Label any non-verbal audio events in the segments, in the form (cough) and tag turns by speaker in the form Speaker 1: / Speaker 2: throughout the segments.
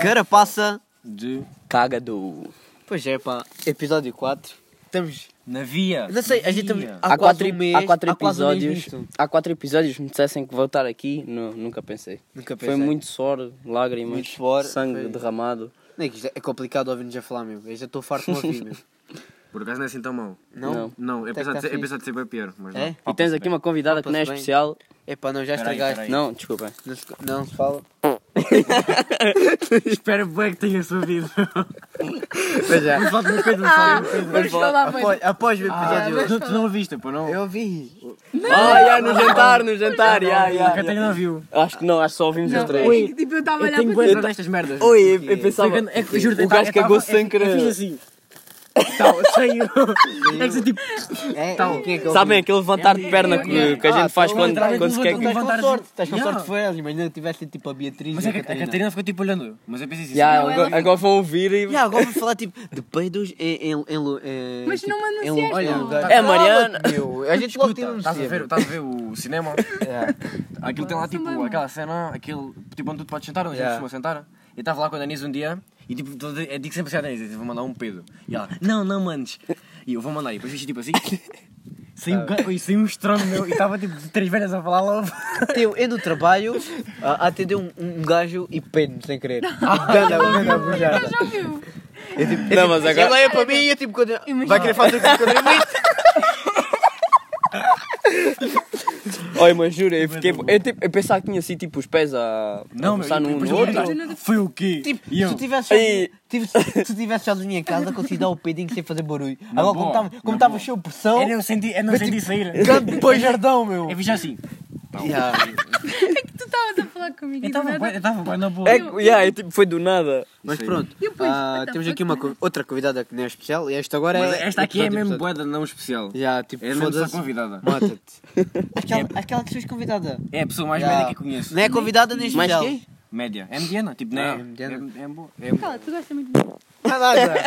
Speaker 1: Carapaça
Speaker 2: de
Speaker 3: Caga do.
Speaker 4: Pois é, pá, episódio 4. Estamos.
Speaker 2: navia.
Speaker 4: Não sei, a gente estamos.
Speaker 2: Navia.
Speaker 3: Há,
Speaker 4: Há
Speaker 3: quatro,
Speaker 4: quase um
Speaker 3: ep-
Speaker 4: mês.
Speaker 3: há quatro
Speaker 4: quase um mês
Speaker 3: episódios.
Speaker 4: nisto.
Speaker 3: há quatro episódios me dissessem que voltar aqui. nu- nunca pensei.
Speaker 4: Nunca
Speaker 3: Foi muito suor, lágrimas,
Speaker 4: Muito suor,
Speaker 3: sangue
Speaker 4: foi-
Speaker 3: derramado.
Speaker 4: Não, é que isto é complicado ouvir-nos a falar, meu. Eu já estou farto de
Speaker 2: (laughs)
Speaker 4: ouvir, meu.
Speaker 2: Por acaso não é assim tão mau.
Speaker 4: Não?
Speaker 3: Não.
Speaker 2: Não, é
Speaker 4: Até
Speaker 2: apesar
Speaker 4: que
Speaker 2: de
Speaker 4: tá
Speaker 2: ser- é
Speaker 4: fixe.
Speaker 2: apesar de ser bem pior. Mas
Speaker 4: É?
Speaker 2: (laughs) não.
Speaker 3: E tens aqui uma convidada que não é
Speaker 4: Opa, se bem.
Speaker 3: especial.
Speaker 4: É pá, não, já
Speaker 2: Peraí,
Speaker 4: estragaste.
Speaker 2: peraí.
Speaker 3: Não, desculpem.
Speaker 4: Não, se- não se fala.
Speaker 2: Espero bem que tenha (laughs) subido.
Speaker 4: Pois é.
Speaker 2: Falta uma coisa, falta uma coisa.
Speaker 4: Mas fala, após, após o
Speaker 2: Ah,
Speaker 4: episódio.
Speaker 2: tu, tu não ouviste, pô, não?
Speaker 4: eu vi.
Speaker 3: Ah, yeah, no jantar, no jantar, yeah,
Speaker 2: A
Speaker 3: yeah, yeah.
Speaker 2: Catarina não viu.
Speaker 3: Acho que não, acho que só ouvimos os três.
Speaker 2: Ui,
Speaker 5: Tipo, eu estava a
Speaker 2: eu
Speaker 5: olhar
Speaker 2: tenho
Speaker 5: para ti.
Speaker 2: boa destas merdas.
Speaker 3: Oi, eu, eu pensava.
Speaker 2: É que juro,
Speaker 3: o gajo cagou sem
Speaker 2: Eu fiz
Speaker 3: querer.
Speaker 2: assim. Tal, (laughs) saiu. É que tipo.
Speaker 4: É,
Speaker 2: Então,
Speaker 4: quem é que Ah, eu
Speaker 3: Sabem aquele levantar de perna que,
Speaker 2: Ah,
Speaker 3: que a gente faz quando, quando se quer.
Speaker 4: vi? Estás com
Speaker 2: levantares-
Speaker 4: sorte, estás com
Speaker 2: Yeah.
Speaker 4: sorte foi eles, mas não tivesse tipo a Beatriz
Speaker 2: Mas
Speaker 4: e
Speaker 2: é
Speaker 4: a
Speaker 2: que a
Speaker 4: Catarina.
Speaker 2: Catarina ficou tipo olhando. Mas eu pensei assim.
Speaker 3: Yeah,
Speaker 5: Não,
Speaker 3: agora-
Speaker 5: ela-
Speaker 3: agora vou ouvir e.
Speaker 4: Yeah, agora vou falar tipo de peidos em. em, em, lu- em
Speaker 5: Mas
Speaker 4: tipo,
Speaker 5: não me
Speaker 4: em
Speaker 5: anunciaste,
Speaker 4: lu- olha,
Speaker 5: não.
Speaker 4: lugar-
Speaker 3: É, Mariana.
Speaker 4: Cala-te, meu. A gente logo tira
Speaker 2: Puta,
Speaker 4: um
Speaker 2: Tá Estás a ver, estás a ver o é cinema? Aquilo tem lá tipo
Speaker 5: bem
Speaker 2: aquela cena, aquele tipo onde tu te podes sentar, onde
Speaker 4: Yeah.
Speaker 2: yeah. sentar. Eu estava lá com a Denise um dia e tipo, tô- eu digo sempre assim à Denise, eu vou mandar um pedo. E ela, não, não mandes. E eu vou mandar, e depois fiz tipo assim. (laughs) Saiu, um ga- ui, saiu um estrondo meu e estava tipo de três velhas a falar (laughs) lá.
Speaker 4: Teu, eu um, é no trabalho a a atender um, um gajo e peido sem querer. Ganda, ganda bujada.
Speaker 5: Já viu?
Speaker 4: Eu tipo,
Speaker 3: Não, mas agora.
Speaker 4: ela é para mim e eu tipo, quando-
Speaker 5: Imagina.
Speaker 4: vai querer fazer com o quadrinho.
Speaker 3: Olha, mas juro, eu fiquei. Eu, tipo, eu pensava que tinha assim tipo os pés a. a
Speaker 2: meu,
Speaker 3: roçar num
Speaker 2: depois
Speaker 3: no
Speaker 2: eu-
Speaker 3: outro.
Speaker 2: Foi o quê?
Speaker 4: Tipo,
Speaker 2: e
Speaker 4: se
Speaker 2: eu,
Speaker 4: tu tivesse
Speaker 3: Aí.
Speaker 4: sozinho- tipo, se tu tivesse sozinho em casa, conseguia dar o pedinho sem fazer barulho.
Speaker 2: boa,
Speaker 4: Agora, como tava- como
Speaker 2: na
Speaker 4: estava
Speaker 2: boa.
Speaker 4: cheio de pressão,
Speaker 2: eu não senti, eu não senti (laughs) sair.
Speaker 4: grande beijardão, meu.
Speaker 2: Eu fiz assim.
Speaker 4: Yeah.
Speaker 5: Tu estavas a falar comigo
Speaker 2: Eu
Speaker 5: e do
Speaker 2: estava
Speaker 5: nada-
Speaker 2: bem, eu estava bem na boa.
Speaker 3: É, que- yeah, eu, tipo, foi do nada.
Speaker 4: Mas
Speaker 2: Sim.
Speaker 4: pronto,
Speaker 5: E depois,
Speaker 4: ah,
Speaker 5: what the
Speaker 4: temos
Speaker 5: fuck,
Speaker 4: aqui uma, co- outra convidada que não é especial e esta agora
Speaker 2: Mas
Speaker 4: é.
Speaker 2: esta aqui é
Speaker 4: episódio,
Speaker 2: mesmo
Speaker 4: episódio.
Speaker 2: boeda não especial.
Speaker 4: Yeah, tipo,
Speaker 2: É mesmo só
Speaker 4: foda-se.
Speaker 2: convidada.
Speaker 4: Mata-te. aquela, aquela que fez convidada.
Speaker 2: É a pessoa mais
Speaker 4: Yeah.
Speaker 2: média que eu conheço.
Speaker 4: Não é convidada nem
Speaker 3: Mais
Speaker 4: especial.
Speaker 3: quê?
Speaker 2: Média. É mediana, tipo, não é?
Speaker 4: Ah, é mediana.
Speaker 2: É, é, boa. é,
Speaker 5: Cala, tu gosta muito de mim.
Speaker 4: Não é nada.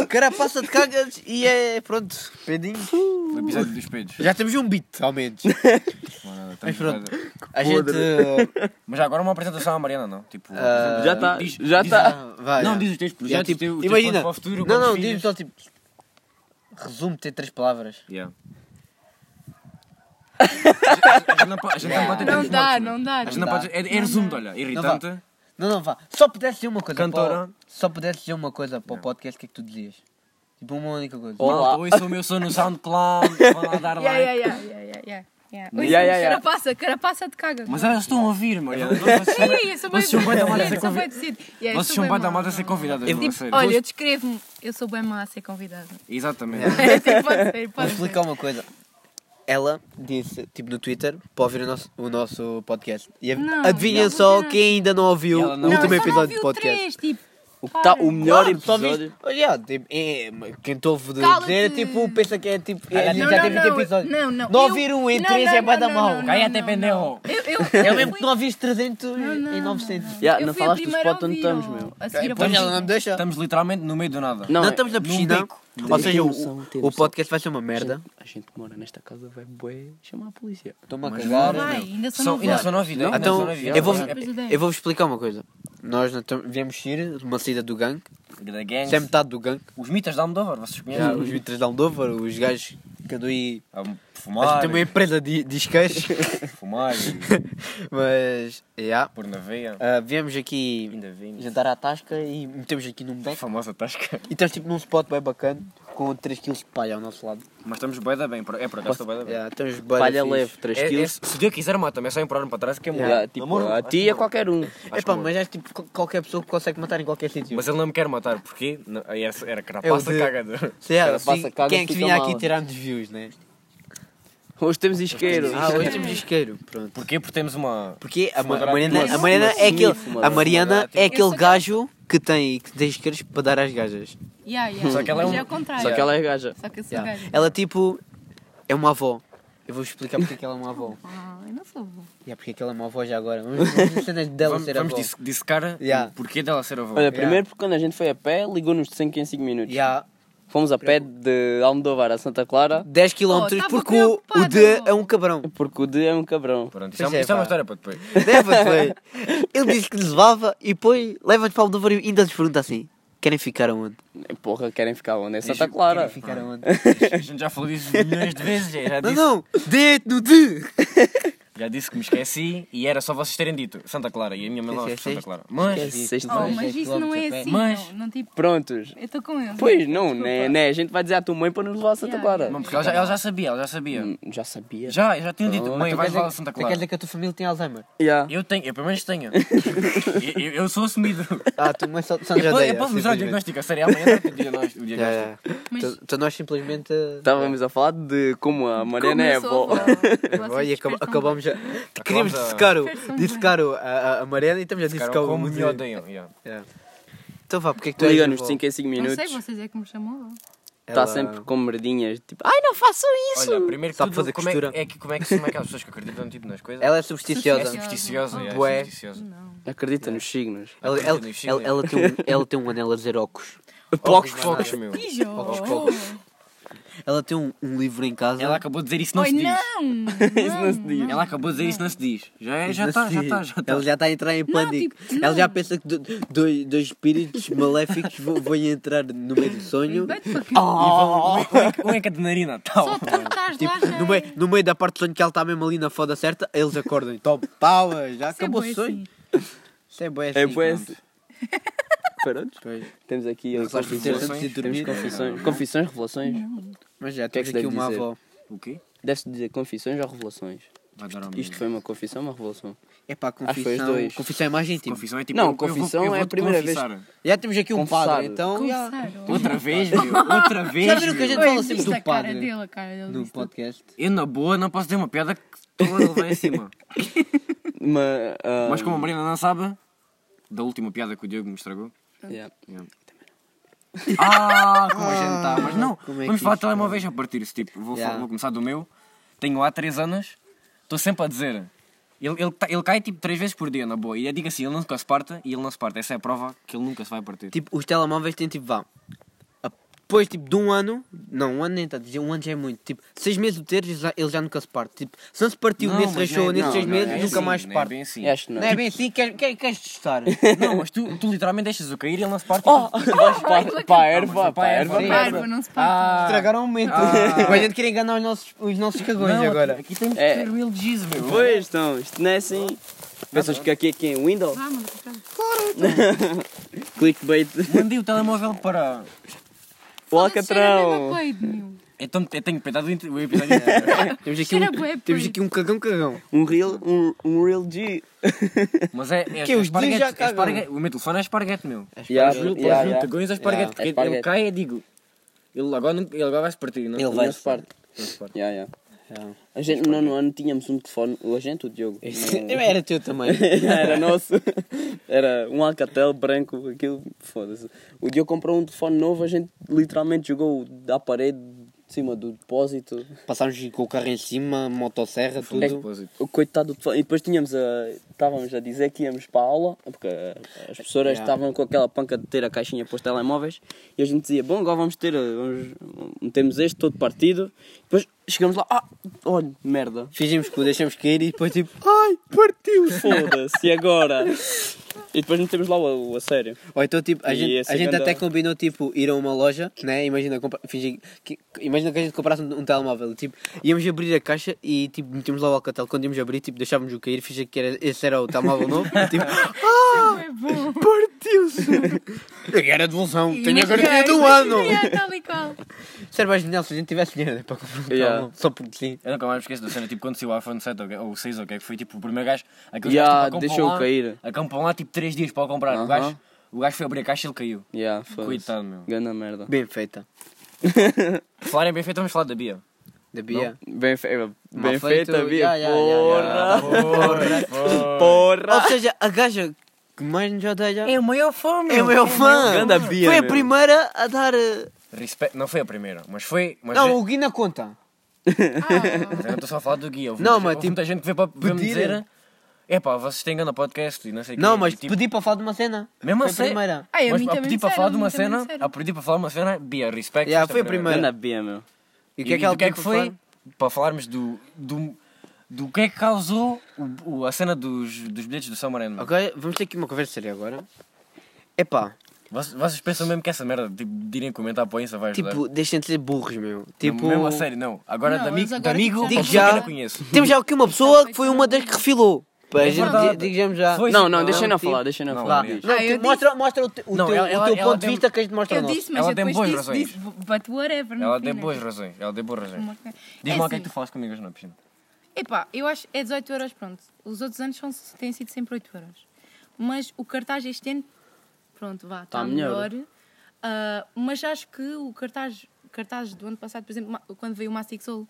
Speaker 4: O cara passa de cagas e é. Pronto, pedinho.
Speaker 2: o episódio dos peitos.
Speaker 4: Já temos um beat, ao menos.
Speaker 2: Mano, estamos
Speaker 4: Mas pronto.
Speaker 2: quase-
Speaker 4: A gente. uh,
Speaker 2: Mas já agora uma apresentação à Mariana, não? Tipo,
Speaker 4: Ah,
Speaker 3: Já está,
Speaker 2: diz-
Speaker 3: já tá
Speaker 2: diz-
Speaker 3: está.
Speaker 4: vai,
Speaker 2: Não,
Speaker 4: é.
Speaker 2: diz os teus
Speaker 4: Já,
Speaker 2: projetos,
Speaker 4: tipo,
Speaker 2: teu- os teus
Speaker 4: imagina.
Speaker 2: planos para o é futuro,
Speaker 4: não, não,
Speaker 2: diz
Speaker 4: diz-me só tipo. Resume-te em três palavras.
Speaker 2: Yeah. a gente não po- a gente não pode ter
Speaker 5: Não
Speaker 2: tantos
Speaker 5: dá,
Speaker 2: modos, né?
Speaker 5: não dá.
Speaker 2: A gente
Speaker 5: não
Speaker 2: não
Speaker 5: dá.
Speaker 2: pode. É, é resumo, olha, irritante.
Speaker 4: Não, não, vá. Só pudesse dizer uma coisa.
Speaker 2: Cantora.
Speaker 4: Para, o- só pudesse dizer uma coisa para o podcast, o que é que tu dizias? Tipo, uma única coisa.
Speaker 3: Olá.
Speaker 2: Malta, ouçam o meu som no SoundCloud, vão lá dar
Speaker 5: (laughs) Yeah,
Speaker 2: like.
Speaker 5: yeah, yeah, yeah, yeah, yeah, yeah. Oi,
Speaker 3: Yeah, yeah, yeah.
Speaker 5: Carapaça, carapaça de caga.
Speaker 2: Mas elas estão a ouvir, Mariana.
Speaker 5: (laughs) Sim, eu sou bem
Speaker 2: Vocês são bué da mal a
Speaker 5: decente,
Speaker 2: ser
Speaker 5: sou é bué
Speaker 2: convi-
Speaker 5: decente. Yeah, eu
Speaker 2: Vocês
Speaker 5: sou
Speaker 2: são
Speaker 5: bué
Speaker 2: bem da
Speaker 5: má.
Speaker 2: moda a ser convidadas, não é
Speaker 5: Tipo,
Speaker 2: sério.
Speaker 5: olha, eu descrevo-me, eu sou bem má a ser convidada.
Speaker 2: Exatamente.
Speaker 5: (laughs) Tipo, pode ser,
Speaker 4: Vou
Speaker 5: pode ser.
Speaker 4: explicar uma coisa. Ela disse, tipo, no Twitter, para ouvir o nosso, o nosso podcast. E ad-
Speaker 5: Não,
Speaker 4: adivinha
Speaker 5: não,
Speaker 4: só
Speaker 5: não.
Speaker 4: quem ainda não ouviu
Speaker 2: Ela não-
Speaker 4: o
Speaker 5: Não,
Speaker 4: último
Speaker 5: eu só não
Speaker 4: episódio
Speaker 5: vi
Speaker 4: do
Speaker 5: o
Speaker 4: podcast.
Speaker 5: três, tipo,
Speaker 3: O que está o melhor
Speaker 4: Claro, só
Speaker 3: episódio.
Speaker 4: viste- Yeah, tipo, é, mas quem te ouve de
Speaker 5: Cala-te.
Speaker 4: dizer é tipo, pensa que é tipo. é, a gente
Speaker 5: Não,
Speaker 4: já
Speaker 5: não,
Speaker 4: teve
Speaker 5: não,
Speaker 4: 20 episódios.
Speaker 5: não, não. Eu-
Speaker 4: ouvir um em
Speaker 5: não,
Speaker 4: 3 é
Speaker 5: não,
Speaker 4: bué da
Speaker 5: não,
Speaker 4: mal.
Speaker 5: não, não.
Speaker 2: Cállate, pendejo.
Speaker 5: Eu, eu,
Speaker 4: É o
Speaker 5: eu
Speaker 4: mesmo
Speaker 5: fui-
Speaker 4: que não ouviste 300
Speaker 5: Não, não,
Speaker 4: e
Speaker 5: não,
Speaker 4: 900.
Speaker 5: não.
Speaker 3: Yeah,
Speaker 5: Eu
Speaker 3: não
Speaker 5: fui a
Speaker 3: falaste do
Speaker 5: primeira
Speaker 3: spot
Speaker 5: a
Speaker 3: onde
Speaker 5: ouvir,
Speaker 3: estamos,
Speaker 5: ó.
Speaker 3: meu.
Speaker 5: A seguir a
Speaker 4: Pois ela não me deixa.
Speaker 2: Estamos literalmente no meio do nada.
Speaker 3: Não,
Speaker 4: Não
Speaker 3: é-
Speaker 4: estamos na
Speaker 2: num
Speaker 4: piscina.
Speaker 2: beco.
Speaker 4: Ou
Speaker 3: Tem
Speaker 4: seja,
Speaker 3: noção,
Speaker 4: o-
Speaker 3: tem
Speaker 4: o
Speaker 3: noção.
Speaker 4: podcast vai ser uma merda.
Speaker 3: A gente que mora nesta casa vai bué chamar a polícia.
Speaker 4: Estou-me a
Speaker 2: Mas
Speaker 4: cagar.
Speaker 2: não
Speaker 5: Vai,
Speaker 2: meu.
Speaker 5: ainda sou
Speaker 2: São,
Speaker 5: nova.
Speaker 2: ainda são nove É ideias.
Speaker 4: Então, eu vou-
Speaker 5: Depois do dez.
Speaker 4: Eu vou-vos explicar uma coisa. Nós não tam- viemos sair de uma saída do gangue. Isso é metade do gangue.
Speaker 2: Os mitas de Almodóvar, vocês
Speaker 4: Já, os
Speaker 2: conhecem?
Speaker 4: vitras de Almodóvar, os gajos que andam aí.
Speaker 2: A
Speaker 4: Mas
Speaker 2: fumar,
Speaker 4: tem uma empresa de, de iscas.
Speaker 2: fumar,
Speaker 4: (laughs) Mas, já.
Speaker 2: pôr na veia.
Speaker 4: Ah, viemos aqui
Speaker 2: Ainda vinho.
Speaker 4: jantar à tasca e metemos aqui num beco.
Speaker 2: famosa tasca.
Speaker 4: E estamos tipo num spot bem bacana, com 3kg de palha ao nosso lado.
Speaker 2: Mas estamos bem da bem. por- É por acaso, estou bem da bem.
Speaker 4: Já, estamos bem
Speaker 3: Palha
Speaker 4: fixe.
Speaker 3: leve, 3
Speaker 2: É- é-
Speaker 3: quilos.
Speaker 2: se o dia quiser, mata-me. É só empurrar-me para trás que é morrer.
Speaker 3: Yeah, tipo,
Speaker 2: Amor,
Speaker 3: a
Speaker 2: acho
Speaker 3: ti
Speaker 2: que
Speaker 3: e a
Speaker 2: morro.
Speaker 3: qualquer um.
Speaker 2: Acho que
Speaker 4: Epá,
Speaker 2: morro.
Speaker 4: mas é tipo qual- qualquer pessoa que consegue matar em qualquer sítio.
Speaker 2: Mas ele não me quer matar, porque não- aí essa era
Speaker 4: É o
Speaker 2: carapaça
Speaker 4: de-
Speaker 2: cagador.
Speaker 4: Sei lá,
Speaker 3: Cara,
Speaker 4: assim,
Speaker 3: passa caga,
Speaker 4: quem é que
Speaker 3: fica
Speaker 4: vinha
Speaker 3: mal.
Speaker 4: aqui tirar-nos views, né?
Speaker 3: Hoje temos isqueiro.
Speaker 4: Ah, hoje temos isqueiro, pronto.
Speaker 2: Porquê? Porque temos uma.
Speaker 4: Porque a, Ma-
Speaker 2: Fumadora
Speaker 4: a Mariana,
Speaker 2: de
Speaker 4: a Mariana
Speaker 3: fumo,
Speaker 4: é aquele,
Speaker 3: fumadora
Speaker 4: a
Speaker 3: de
Speaker 4: Mariana
Speaker 2: fumadora,
Speaker 4: é
Speaker 5: tipo-
Speaker 4: aquele gajo que tem, que tem isqueiros para dar às gajas.
Speaker 5: Yeah, yeah.
Speaker 2: Só que ela é
Speaker 5: Mas
Speaker 2: um-
Speaker 5: ao contrário.
Speaker 3: Só que ela é gaja.
Speaker 5: Só que eu sou
Speaker 4: Yeah.
Speaker 5: gaja.
Speaker 4: Ela tipo é uma avó. Eu vou explicar porque é que ela é uma avó.
Speaker 5: Ah, eu não sou boa.
Speaker 4: E é porque é que ela é uma avó já agora. Vamos vamos ver cenas dela
Speaker 2: Vamos,
Speaker 4: ser
Speaker 2: vamos
Speaker 4: avó.
Speaker 2: dis- dissecar
Speaker 4: Yeah.
Speaker 2: o porquê dela ser avó.
Speaker 3: Olha, primeiro porque quando a gente foi a pé, ligou-nos de 5 em 5 minutos.
Speaker 4: Já.
Speaker 3: Fomos a pé de Almodóvar a Santa Clara
Speaker 4: 10 km
Speaker 5: Oh, tava
Speaker 4: porque o, o
Speaker 5: preocupado.
Speaker 4: D é um cabrão.
Speaker 3: porque o D é um cabrão.
Speaker 2: Pronto, isso, é,
Speaker 4: Pois
Speaker 2: uma-
Speaker 4: é,
Speaker 2: isso é uma
Speaker 4: pá.
Speaker 2: história para depois. (laughs)
Speaker 4: Deva-te, Ele disse que nos levava e depois leva-nos para o Almodóvar e ainda nos pergunta assim: querem ficar aonde?
Speaker 3: Porra, querem ficar onde? É
Speaker 2: Deixa-
Speaker 3: Santa Clara.
Speaker 4: Querem ficar aonde?
Speaker 2: A gente já falou disso milhões de vezes. Já, (laughs) já
Speaker 4: Não,
Speaker 2: disse,
Speaker 4: não, D no D!
Speaker 2: já disse que me esqueci e era só vocês terem dito Santa Clara e a minha mãe lá
Speaker 4: Esqueceste?
Speaker 2: Santa Clara. Mas
Speaker 3: Sexto
Speaker 5: Oh,
Speaker 3: dia.
Speaker 5: mas isso não é assim,
Speaker 2: Mas-
Speaker 5: não. Não tipo,
Speaker 3: Prontos.
Speaker 5: eu estou com ele.
Speaker 3: Pois não,
Speaker 5: Desculpa.
Speaker 3: né, né? A gente vai dizer à tua mãe para nos levar a Santa
Speaker 5: Yeah,
Speaker 3: Clara.
Speaker 2: Não, porque ela já, ela já sabia, ela já sabia.
Speaker 3: Hum, Já sabia.
Speaker 2: Já, já tinha dito,
Speaker 3: Oh,
Speaker 2: mãe,
Speaker 4: Tu
Speaker 2: vais
Speaker 4: queres
Speaker 2: lá a
Speaker 4: dizer-
Speaker 2: Santa
Speaker 4: tu Queres
Speaker 2: Clara.
Speaker 4: dizer que a tua família
Speaker 2: (laughs)
Speaker 4: tem Alzheimer?
Speaker 3: Yeah.
Speaker 2: Eu tenho, eu pelo menos
Speaker 4: (laughs)
Speaker 2: tenho. eu, eu- eu sou assumido.
Speaker 4: Ah, tu mãe só só
Speaker 2: Eu,
Speaker 4: nos
Speaker 2: posso-
Speaker 4: odeia.
Speaker 2: eu posso mostrar o é
Speaker 4: simplesmente.
Speaker 2: diagnóstico, a sério, amanhã dá-te o diagnóstico. o
Speaker 4: (laughs) Já,
Speaker 2: diagnóstico.
Speaker 4: já.
Speaker 5: Mas-
Speaker 4: Então- Então nós simplesmente.
Speaker 2: Tá
Speaker 3: Estávamos a falar de como a
Speaker 5: Como
Speaker 3: Mariana é
Speaker 5: eu sou
Speaker 3: avó.
Speaker 5: avó.
Speaker 4: Olha,
Speaker 5: Vocês
Speaker 4: acab-
Speaker 5: despertam
Speaker 4: acabamos já. (laughs) Queríamos
Speaker 2: a-
Speaker 4: dissecar, o,
Speaker 5: Dispersam bem.
Speaker 4: dissecar o, a, a- a Mariana então e estamos
Speaker 2: Cara,
Speaker 4: a dissecar é o
Speaker 2: como me
Speaker 4: Muzinho.
Speaker 2: odeiam. yeah.
Speaker 4: É. (laughs) Então vá, porque é que tu és
Speaker 3: Liga-nos de
Speaker 4: avó?
Speaker 3: 5 em 5
Speaker 5: bem. Não
Speaker 3: minutos.
Speaker 5: sei, vocês é que me chamou.
Speaker 3: Está
Speaker 4: Ela-
Speaker 3: sempre com merdinhas. Tipo, ai não façam isso.
Speaker 2: Olha, primeiro que
Speaker 4: Sabe
Speaker 2: tudo,
Speaker 4: fazer
Speaker 2: como é, que-
Speaker 4: costura.
Speaker 2: é que, como é que são aquelas pessoas que acreditam tipo, nas coisas?
Speaker 4: Ela é
Speaker 2: é
Speaker 4: supersticiosa.
Speaker 2: supersticiosa. yeah,
Speaker 4: Bué.
Speaker 2: É supersticiosa.
Speaker 5: Não.
Speaker 3: Acredita nos signos.
Speaker 4: Ela, ela, ela, ela tem um, (laughs) ela tem um anel a dizer óculos.
Speaker 3: Poucos
Speaker 2: Focos, meu.
Speaker 5: Pijo!
Speaker 4: Ela tem um, um livro em casa.
Speaker 2: Ela acabou de dizer isso, não
Speaker 5: Oi,
Speaker 2: se diz.
Speaker 5: não!
Speaker 3: Isso não se diz.
Speaker 2: Ela acabou de dizer isso, não se diz. Já é- já está, já está, já está.
Speaker 4: Ela já está a entrar em pânico.
Speaker 5: tipo,
Speaker 4: ela
Speaker 5: não.
Speaker 4: já pensa que do- dois, dois espíritos maléficos vão, vão entrar no meio do sonho.
Speaker 5: Vai te fucking- Oh.
Speaker 2: Um é que é de narina,
Speaker 5: Só
Speaker 2: tal.
Speaker 5: tu estás lá, já
Speaker 4: Tipo, No meio, no meio da parte do sonho que ela está mesmo ali na foda certa, eles acordam. Então, pala, já
Speaker 5: Isso é
Speaker 4: acabou
Speaker 5: bué
Speaker 4: o sonho.
Speaker 5: assim.
Speaker 4: Isso é boé assim.
Speaker 3: É pois. (laughs)
Speaker 4: pronto.
Speaker 3: Pronto.
Speaker 4: Pois.
Speaker 3: Temos aqui um
Speaker 4: Só por ter
Speaker 3: confissões.
Speaker 4: antes de
Speaker 3: Temos
Speaker 4: dormir.
Speaker 3: confissões. Confissões, revelações.
Speaker 4: Mas já
Speaker 3: que é que
Speaker 4: temos
Speaker 3: se
Speaker 4: aqui
Speaker 3: deve
Speaker 4: uma
Speaker 3: dizer?
Speaker 4: avó.
Speaker 2: O quê?
Speaker 3: Deve-se dizer confissões ou revelações?
Speaker 2: Vai dar ao
Speaker 3: Isto foi uma confissão ou
Speaker 2: (laughs)
Speaker 3: uma revelação?
Speaker 4: É pá,
Speaker 3: que foi os
Speaker 4: confissão.
Speaker 3: dois.
Speaker 4: Confissão é mais íntimo.
Speaker 2: Confissão é tipo.
Speaker 3: Não,
Speaker 2: eu- eu vou-
Speaker 3: confissão
Speaker 2: eu vou
Speaker 3: é a
Speaker 2: te
Speaker 3: primeira vez.
Speaker 2: confessar.
Speaker 4: Já temos aqui um
Speaker 3: Confessar.
Speaker 4: padre, então. já-
Speaker 5: Começaram.
Speaker 2: Outra vez, meu. Outra vez.
Speaker 4: Já viram que a
Speaker 2: meu.
Speaker 4: gente
Speaker 5: Oi,
Speaker 4: fala sempre
Speaker 5: viste
Speaker 4: do
Speaker 5: a
Speaker 4: padre?
Speaker 5: cara dele, a cara dele,
Speaker 4: No
Speaker 5: viste?
Speaker 4: podcast.
Speaker 2: Eu, na boa, não posso ter uma piada que estou a levar em cima.
Speaker 3: Mas, ah,
Speaker 2: Mas como a Marina não sabe, da última piada que o Diogo me estragou.
Speaker 3: yeah.
Speaker 2: yeah. Ah, como a gente está. Mas não,
Speaker 4: como é
Speaker 2: vamos
Speaker 4: que
Speaker 2: falar de
Speaker 4: isto
Speaker 2: telemóveis a partir. se Tipo, vou,
Speaker 4: Yeah.
Speaker 2: falar- vou começar do meu. Tenho há 3 anos, estou sempre a dizer. Ele, ele, tá- ele cai tipo 3 vezes por dia, na boa. E eu digo assim: ele nunca se parte e ele não se parte. Essa é a prova que ele nunca se vai partir.
Speaker 4: Tipo, os telemóveis têm tipo, vá. a- Depois tipo de um ano, não, um ano nem tanto, um ano já é muito. Tipo, seis meses de ter, ele já, ele já nunca se parte. Tipo, se não se partiu
Speaker 2: Não,
Speaker 4: nesse
Speaker 2: mas
Speaker 4: rachou,
Speaker 2: não é-
Speaker 4: nesses
Speaker 2: não,
Speaker 4: seis
Speaker 2: não,
Speaker 4: meses,
Speaker 2: não é
Speaker 4: nunca
Speaker 2: assim,
Speaker 4: mais se
Speaker 2: não Ah. é
Speaker 4: parte.
Speaker 2: bem assim.
Speaker 3: Acho que não.
Speaker 4: Não é bem assim, queres, queres, queres testar?
Speaker 2: Não, mas tu, tu literalmente deixas o cair e ele não se parte.
Speaker 3: Oh,
Speaker 5: Não,
Speaker 3: para, para a erva,
Speaker 2: mas
Speaker 3: para a
Speaker 2: para a
Speaker 3: erva.
Speaker 2: Ah.
Speaker 5: A árvore não se parte.
Speaker 4: Estragaram o um momento. Mas a gente quer enganar os nossos, os nossos cagões
Speaker 2: Não,
Speaker 4: agora.
Speaker 2: Aqui tem que
Speaker 3: É.
Speaker 2: ter real G's, meu.
Speaker 3: Pois então, isto não é assim. Pensas que aqui é quem? Windows?
Speaker 5: Vá, manda para casa.
Speaker 3: Clickbait.
Speaker 2: Mandei o telemóvel para.
Speaker 3: O
Speaker 5: Cheira
Speaker 3: Alcatrão.
Speaker 5: bué peido, meu.
Speaker 2: Então eu tenho peitado o inte- o episódio inteiro.
Speaker 4: (laughs) Temos aqui,
Speaker 5: Cheira bué
Speaker 4: um, temos
Speaker 5: peido.
Speaker 4: aqui um cagão cagão.
Speaker 3: Um real, um, um real G.
Speaker 2: Mas é, é,
Speaker 4: Que
Speaker 2: é
Speaker 4: os
Speaker 2: esparguete,
Speaker 4: dias já Ah,
Speaker 2: é
Speaker 4: cagam.
Speaker 2: esparguete. O meu telefone é esparguete, meu.
Speaker 3: Yeah,
Speaker 2: Juro, pelos
Speaker 3: yeah, yeah.
Speaker 2: Dragões é esparguete.
Speaker 4: Yeah.
Speaker 2: Porque ele
Speaker 3: Esparguete.
Speaker 2: cai e digo. Ele agora, não- ele agora vai se partir. Não,
Speaker 4: Ele
Speaker 2: não
Speaker 4: vai
Speaker 2: se parte. Não se parte.
Speaker 3: Yeah, yeah. A gente no nono ano tínhamos um telefone, o agente, o Diogo. (laughs) Não-
Speaker 4: Era teu (laughs) também.
Speaker 3: Era nosso. Era um Alcatel branco, aquilo, foda-se. O Diogo comprou um telefone novo, a gente literalmente jogou da parede, de cima do depósito.
Speaker 4: Passámos com o carro em cima, motosserra,
Speaker 2: Foi um
Speaker 3: é
Speaker 4: tudo.
Speaker 2: propósito.
Speaker 3: O coitado do telefone. E depois tínhamos a. Estávamos a dizer que íamos para a aula, porque ah, as professoras
Speaker 4: Yeah.
Speaker 3: estavam com aquela panca de ter a caixinha para os telemóveis, e a gente dizia: Bom, agora vamos ter. ah, Vamos, metemos este todo partido. Depois chegamos lá, ah, olha, merda. (laughs)
Speaker 4: Fingimos que o deixamos cair e depois tipo.
Speaker 3: Ai, partiu, foda-se, e agora? E depois metemos lá o, o a sério.
Speaker 4: Ou então, tipo, a
Speaker 3: E
Speaker 4: gente,
Speaker 3: esse
Speaker 4: a gente
Speaker 3: ganda-
Speaker 4: até combinou, tipo, ir a uma loja, né? Imagina, compra- fingir que, imagina que a gente comprasse um, um telemóvel. Tipo, íamos abrir a caixa e, tipo, metíamos lá o Alcatel. Quando íamos abrir, tipo, deixávamos-o cair, fingir que era, esse era o telemóvel novo. (laughs) tipo,
Speaker 5: É bom.
Speaker 4: (laughs) "Ah, era devolução, tenho a
Speaker 5: Imagina,
Speaker 4: garantia do
Speaker 5: imagina, (laughs)
Speaker 4: ano.
Speaker 5: é, tal e qual.
Speaker 4: Isso era mais genial se a gente tivesse dinheiro né, para comprar um
Speaker 3: Yeah.
Speaker 4: telemóvel. Só porque sim.
Speaker 2: Eu nunca mais me esqueço da cena, tipo, quando saiu o iPhone 7 ou que- ou 6 ou o que é que foi, tipo, o primeiro gajo, aqueles
Speaker 3: Ya,
Speaker 2: gajos, tipo, acampam
Speaker 3: deixou
Speaker 2: lá,
Speaker 3: cair.
Speaker 2: Acampam lá, tipo, 3 dias para o comprar. O,
Speaker 3: Aham.
Speaker 2: gajo, o gajo foi abrir a caixa e ele caiu.
Speaker 3: Yeah, foda-se.
Speaker 2: Coitado, meu.
Speaker 3: Ganda merda.
Speaker 4: Bem feita.
Speaker 2: Por falarem bem feito, vamos falar da Bia.
Speaker 4: Da Bia.
Speaker 3: Bem, fe... bem
Speaker 4: Mal feito,
Speaker 3: feito, Bia.
Speaker 4: yeah, yeah, yeah,
Speaker 3: porra, (laughs) porra.
Speaker 4: Ou seja, a gaja que mais nos odeia
Speaker 2: o maior fã,
Speaker 4: é o meu fã.
Speaker 3: Ganda Bia,
Speaker 4: Foi a
Speaker 3: meu.
Speaker 4: primeira a dar. eh,
Speaker 2: Respe... Não foi a primeira, mas foi. Mas é-
Speaker 4: Não, o Gui na conta.
Speaker 5: Ah,
Speaker 2: Mas eu não estou só a falar do guia. Houve
Speaker 4: Não,
Speaker 2: muita,
Speaker 4: mas
Speaker 2: houve
Speaker 4: tipo,
Speaker 2: muita gente que veio para veio me
Speaker 4: pedir-
Speaker 2: dizer. Epá, vocês têm grande podcast e não sei o quê.
Speaker 4: Não, mas
Speaker 2: E, tipo,
Speaker 4: pedi para falar de uma cena.
Speaker 2: Mesmo assim?
Speaker 4: Foi
Speaker 2: a sério?
Speaker 4: primeira.
Speaker 5: Ai, a
Speaker 2: mas
Speaker 5: mim
Speaker 2: a
Speaker 5: também
Speaker 2: pedir
Speaker 5: me
Speaker 2: para
Speaker 5: disseram,
Speaker 2: falar
Speaker 5: a
Speaker 2: de
Speaker 5: mim
Speaker 2: uma
Speaker 5: também me
Speaker 2: cena,
Speaker 5: disseram.
Speaker 2: a pedir para falar de uma cena, Bia, é respeito.
Speaker 4: Yeah,
Speaker 2: esta
Speaker 4: foi a
Speaker 3: Não
Speaker 4: primeira.
Speaker 3: na Bia, meu.
Speaker 4: E
Speaker 2: E
Speaker 4: o que é que ela
Speaker 2: do que é
Speaker 4: pediu
Speaker 2: que
Speaker 4: para
Speaker 2: foi?
Speaker 4: falar?
Speaker 2: Para falarmos do, do, do que é que causou o- o- a cena dos, dos bilhetes do São Moreno.
Speaker 4: Ok, vamos ter aqui uma conversa séria agora. Epá,
Speaker 2: Vocês, vocês pensam mesmo que essa merda tipo, de irem comentar para isso vai ajudar?
Speaker 4: tipo, deixem de ser burros, meu.
Speaker 2: Tipo...
Speaker 4: Tipo,
Speaker 2: É Mesmo a sério, não. Agora
Speaker 5: Não,
Speaker 2: de amigo,
Speaker 5: eles agora tipo,
Speaker 2: de amigo
Speaker 5: que
Speaker 2: para pessoa que eu
Speaker 4: já- Já-
Speaker 2: não conheço.
Speaker 4: temos já aqui uma pessoa que foi uma das que refilou. Pá,
Speaker 2: É
Speaker 4: a gente-
Speaker 2: verdade.
Speaker 4: Digamos já.
Speaker 2: Foi-
Speaker 3: Não, não, deixa
Speaker 4: não,
Speaker 3: eu não
Speaker 4: tipo-
Speaker 3: falar, deixa eu não
Speaker 2: Não,
Speaker 3: falar.
Speaker 2: não,
Speaker 3: diz.
Speaker 4: Não,
Speaker 5: Ah, eu
Speaker 4: tu
Speaker 5: disse-
Speaker 4: mostra, mostra o, te- o
Speaker 2: Não,
Speaker 4: teu,
Speaker 2: ela-
Speaker 4: o teu
Speaker 2: ela- ela tem-
Speaker 4: ponto de vista que a gente mostra
Speaker 5: Eu
Speaker 4: o nosso.
Speaker 5: disse, mas
Speaker 2: Ela
Speaker 5: eu
Speaker 2: tem
Speaker 5: depois
Speaker 2: boas
Speaker 5: disse,
Speaker 2: razões.
Speaker 5: disse, but whatever. no
Speaker 2: Ela
Speaker 5: fim,
Speaker 2: deu
Speaker 5: né?
Speaker 2: boas razões. Ela deu boas razões.
Speaker 5: Uma coisa.
Speaker 2: Diz-me
Speaker 5: É
Speaker 2: lá o que é que tu
Speaker 5: assim,
Speaker 2: falas comigo hoje na piscina.
Speaker 5: Epá, eu acho é 18 euros, pronto. Os outros anos são, têm sido sempre 8 euros. Mas o cartaz este ano, pronto, vá, está
Speaker 3: Tá melhor.
Speaker 5: melhor. Ah, mas acho que o cartaz, cartaz do ano passado, por exemplo, ma- quando veio o Mastic Soul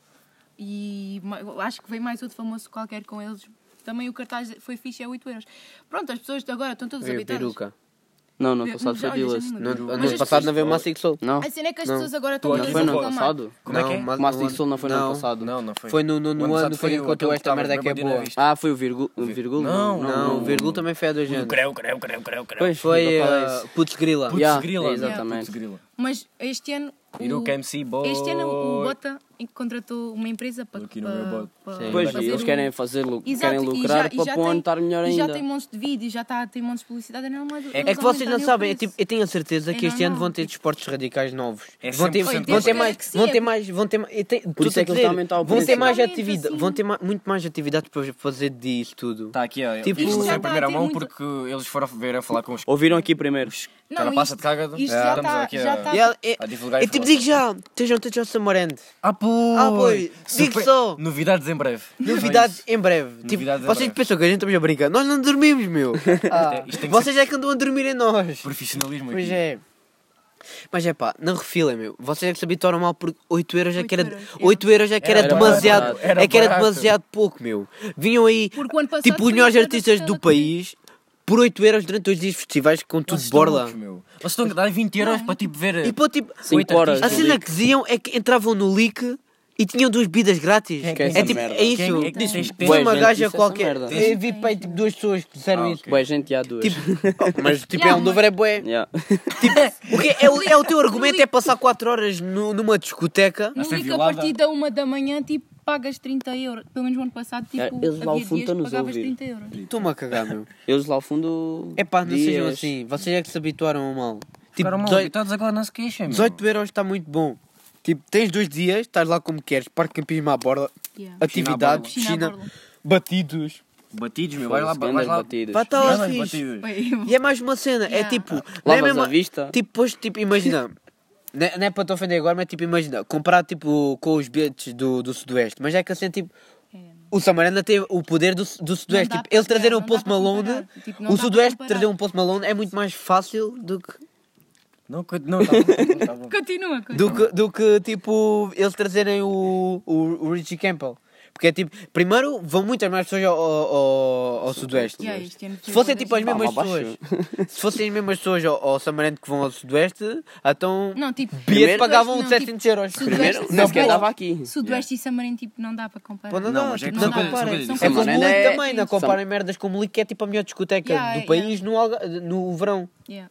Speaker 5: e ma- acho que veio mais outro famoso qualquer com eles, também o cartaz foi fixe, é 8 euros. Pronto, as pessoas de agora estão todas
Speaker 4: Veio
Speaker 5: habitadas.
Speaker 4: peruca.
Speaker 3: Não, não,
Speaker 5: Veio-
Speaker 3: passado
Speaker 5: mas
Speaker 3: foi
Speaker 5: olha, já
Speaker 3: Dillas.
Speaker 5: não me
Speaker 4: No
Speaker 5: lembro.
Speaker 4: no
Speaker 5: Mas
Speaker 4: ano
Speaker 5: as
Speaker 4: passado
Speaker 5: pessoas-
Speaker 4: não assim veio o Massic Soul.
Speaker 3: Não?
Speaker 5: A cena é que as
Speaker 4: Não.
Speaker 5: pessoas agora estão
Speaker 3: Não
Speaker 5: todas
Speaker 3: foi no ano
Speaker 5: a reclamar.
Speaker 3: passado?
Speaker 2: Como é que é?
Speaker 4: mas
Speaker 3: O Mastic Soul não foi no ano passado.
Speaker 2: Não, não foi.
Speaker 4: Foi no- no-
Speaker 2: O
Speaker 4: no
Speaker 2: passado
Speaker 4: ano que eu encontrei
Speaker 2: aquele que
Speaker 4: esta
Speaker 2: estavas
Speaker 4: merda
Speaker 2: mesmo
Speaker 4: que é
Speaker 2: a dizer
Speaker 4: boa.
Speaker 2: isto.
Speaker 3: Ah, foi o vírgula. O vírgula?
Speaker 2: Não,
Speaker 4: Não, o vírgula também foi há dois anos.
Speaker 2: Creu, creu, creu, creu, creu.
Speaker 3: Pois,
Speaker 4: Ah, Foi
Speaker 3: qual é
Speaker 4: ah,
Speaker 3: esse?
Speaker 4: Putz Grila.
Speaker 2: Putz
Speaker 3: Yeah,
Speaker 2: grila. é?
Speaker 3: exatamente.
Speaker 2: Putz grila.
Speaker 5: Mas este ano. o-
Speaker 2: Iruka MC boy.
Speaker 5: Este ano o Bota contratou uma empresa para.
Speaker 2: Aqui no meu
Speaker 5: para-
Speaker 2: bote.
Speaker 5: para-
Speaker 4: Sim.
Speaker 3: Pois,
Speaker 5: para
Speaker 3: e eles
Speaker 5: fazer
Speaker 3: querem
Speaker 5: o-
Speaker 3: fazer, lu-
Speaker 5: Exato,
Speaker 3: querem
Speaker 5: e
Speaker 3: lucrar
Speaker 5: e
Speaker 3: para pôr
Speaker 5: tem-
Speaker 3: onde estar melhor
Speaker 5: E já
Speaker 3: ainda.
Speaker 5: tem montes de vídeos, já tá, tem montes de publicidade, é normal.
Speaker 4: É que vocês não sabem, eu, tipo, eu tenho a certeza que
Speaker 5: É
Speaker 4: este ano vão
Speaker 5: normal,
Speaker 4: ter
Speaker 5: tipo-
Speaker 4: desportos radicais novos.
Speaker 2: É
Speaker 4: vão, ter,
Speaker 2: 100%
Speaker 4: vão ter
Speaker 5: normal.
Speaker 4: mais,
Speaker 5: Espero que
Speaker 4: vão ter
Speaker 5: sim.
Speaker 4: mais, vão ter mais, eu tenho-
Speaker 3: Por
Speaker 4: tô
Speaker 3: isso é que
Speaker 4: a dizer,
Speaker 3: eles estão a aumentar o
Speaker 4: Vão ter
Speaker 3: preço.
Speaker 4: mais
Speaker 5: Realmente,
Speaker 4: atividade,
Speaker 5: assim.
Speaker 4: vão ter ma- muito mais atividades para fazer disso tudo.
Speaker 2: Está aqui, olha.
Speaker 4: Tipo,
Speaker 2: Tipo, isto
Speaker 5: isto
Speaker 2: foi
Speaker 5: já tá
Speaker 2: em
Speaker 5: a
Speaker 2: primeira
Speaker 5: ter
Speaker 2: mão
Speaker 5: muito-
Speaker 2: porque eles foram ver a falar com os.
Speaker 3: Ouviram aqui primeiro.
Speaker 2: cara passa de cagado.
Speaker 5: Isto
Speaker 2: É.
Speaker 5: já
Speaker 2: Estamos
Speaker 5: está.
Speaker 2: aqui a-
Speaker 5: Já tá,
Speaker 4: E ela- é-
Speaker 2: A divulgar
Speaker 4: eu tipo
Speaker 2: informação.
Speaker 4: digo já, estejam todos ao Samorende.
Speaker 2: Ah, pois!
Speaker 4: Ah, pois. Digo só.
Speaker 2: Novidades em breve. é
Speaker 4: Novidades em breve. Tipo,
Speaker 2: Novidades em
Speaker 4: vocês
Speaker 2: breve.
Speaker 4: pensam que a gente estamos a brincar? Nós não dormimos, meu.
Speaker 2: é- isto tem que
Speaker 4: vocês é que andam a dormir em nós.
Speaker 2: Profissionalismo
Speaker 4: Pois
Speaker 2: aqui.
Speaker 4: é. Mas é pá, não refilem, meu. Vocês é que se habituaram mal porque 8 euros é que era,
Speaker 5: Oito euros, é.
Speaker 4: 8 euros é que era,
Speaker 3: Era
Speaker 4: demasiado,
Speaker 2: barato, era
Speaker 4: é que era
Speaker 2: barato.
Speaker 4: demasiado pouco, meu. Vinham aí,
Speaker 5: Porque o ano passado
Speaker 4: tipo,
Speaker 5: foi
Speaker 4: os melhores
Speaker 5: oito euros
Speaker 4: artistas
Speaker 5: cada
Speaker 4: do
Speaker 5: vez.
Speaker 4: país por 8 euros durante dois dias de festivais com tudo
Speaker 2: Vocês estão
Speaker 4: borla.
Speaker 2: loucos, meu. Vocês estão a dar 20 euros para tipo ver.
Speaker 4: E pô, tipo,
Speaker 3: Cinco
Speaker 2: Oito
Speaker 3: horas.
Speaker 4: a
Speaker 2: artistas.
Speaker 4: cena que diziam é que entravam no leak e tinham duas bebidas grátis.
Speaker 2: Quem é que
Speaker 4: É
Speaker 3: essa
Speaker 4: tipo,
Speaker 3: merda?
Speaker 4: é isso.
Speaker 2: Quem é que diz isto?
Speaker 4: Foi uma
Speaker 3: Boa, gente, isso é
Speaker 4: gaja
Speaker 3: essa
Speaker 4: qualquer.
Speaker 3: merda.
Speaker 4: Eu vi pá, aí, tipo, duas pessoas que disseram
Speaker 2: Ah,
Speaker 4: isso.
Speaker 2: ok.
Speaker 3: Boa gente, há duas.
Speaker 4: Tipo, (laughs) mas tipo,
Speaker 5: Yeah,
Speaker 4: é um número é bué.
Speaker 3: (laughs) Yeah.
Speaker 4: (laughs) O que é, é o- é o teu argumento é passar 4 horas nu- numa discoteca?
Speaker 5: No
Speaker 2: ser
Speaker 5: único a
Speaker 2: violada.
Speaker 5: partir da 1 da manhã, tipo, pagas 30 euros. Pelo menos no ano passado, tipo,
Speaker 3: É, eles lá ao fundo
Speaker 5: havia dias que
Speaker 3: estão-nos a
Speaker 5: pagavas
Speaker 3: ouvir.
Speaker 5: 30 euros.
Speaker 4: Estou-me a cagar, meu.
Speaker 3: Eles lá ao fundo.
Speaker 4: É pá, não
Speaker 3: dias.
Speaker 4: sejam assim. Vocês é que se habituaram a mal. Tipo,
Speaker 2: Ficaram mal então.
Speaker 4: 18,
Speaker 2: habituados, agora não se queixem, meu.
Speaker 4: 18 euros está muito bom. Tipo, tens dois dias, estás lá como queres, parque de campismo à borda,
Speaker 5: Yeah.
Speaker 4: atividade,
Speaker 5: Piscina à
Speaker 4: piscina,
Speaker 5: borda.
Speaker 4: batidos.
Speaker 2: Batidos, meu. Vai lá,
Speaker 3: Foda-se,
Speaker 2: vai
Speaker 3: grandes
Speaker 2: lá.
Speaker 3: batidas.
Speaker 4: Vai estar
Speaker 2: Vai
Speaker 4: lá
Speaker 2: lá,
Speaker 4: fixe.
Speaker 2: batidos.
Speaker 4: E é mais uma cena, é
Speaker 5: Yeah.
Speaker 4: tipo... não é
Speaker 3: Lavas
Speaker 4: mesmo-
Speaker 3: a vista.
Speaker 4: Tipo, pois, tipo, imagina... Não é, não é para te ofender agora, mas tipo, imagina, comparar tipo com os bilhetes do, do Sudoeste, mas é que assim, tipo, O Samaranda teve o poder do, do Sudoeste.
Speaker 5: dá
Speaker 4: Tipo,
Speaker 5: pra
Speaker 4: eles trazeram o
Speaker 5: comparar, não
Speaker 4: Post
Speaker 5: dá pra
Speaker 4: Malone.
Speaker 5: comparar. Tipo, não
Speaker 4: o
Speaker 5: dá pra
Speaker 4: Sudoeste
Speaker 5: comparar.
Speaker 4: trazer um Post Malone é muito mais fácil do que,
Speaker 2: Não, cu- não, tá bom, tá (laughs) bom.
Speaker 5: Continua,
Speaker 4: do
Speaker 5: continua.
Speaker 4: que, do que tipo, eles trazerem o, o, o Richie Campbell. Porque é tipo, primeiro vão muitas mais pessoas ao, ao, ao Sudoeste.
Speaker 5: Yeah, este ano
Speaker 4: Se
Speaker 5: foi
Speaker 4: fossem
Speaker 5: bué
Speaker 4: tipo as
Speaker 5: da gente.
Speaker 4: mesmas
Speaker 3: Ah, mas
Speaker 4: pessoas, se fossem as mesmas pessoas ao, ao Samaranda que vão ao Sudoeste, então
Speaker 5: Não, tipo.
Speaker 4: bilhetes
Speaker 5: Sudoeste,
Speaker 4: pagavam
Speaker 5: não,
Speaker 4: 700 euros.
Speaker 5: Sudoeste-
Speaker 3: Primeiro,
Speaker 5: Sudoeste-
Speaker 3: não, porque andava aqui.
Speaker 5: Sudoeste e Samarino, tipo, não dá para comparar.
Speaker 4: Pô, não,
Speaker 2: Não,
Speaker 4: dá,
Speaker 2: mas é
Speaker 4: tipo,
Speaker 2: que são
Speaker 4: não
Speaker 2: coisas- são
Speaker 4: compara.
Speaker 2: coisas
Speaker 4: É
Speaker 2: diferentes.
Speaker 4: como o
Speaker 3: Samaranda
Speaker 4: Lick
Speaker 3: é-
Speaker 4: também, não
Speaker 3: Sam-
Speaker 4: comparem merdas como o Lick é tipo a melhor discoteca
Speaker 5: Yeah,
Speaker 4: do país
Speaker 5: yeah.
Speaker 4: no, Alga- no verão.
Speaker 5: Yeah.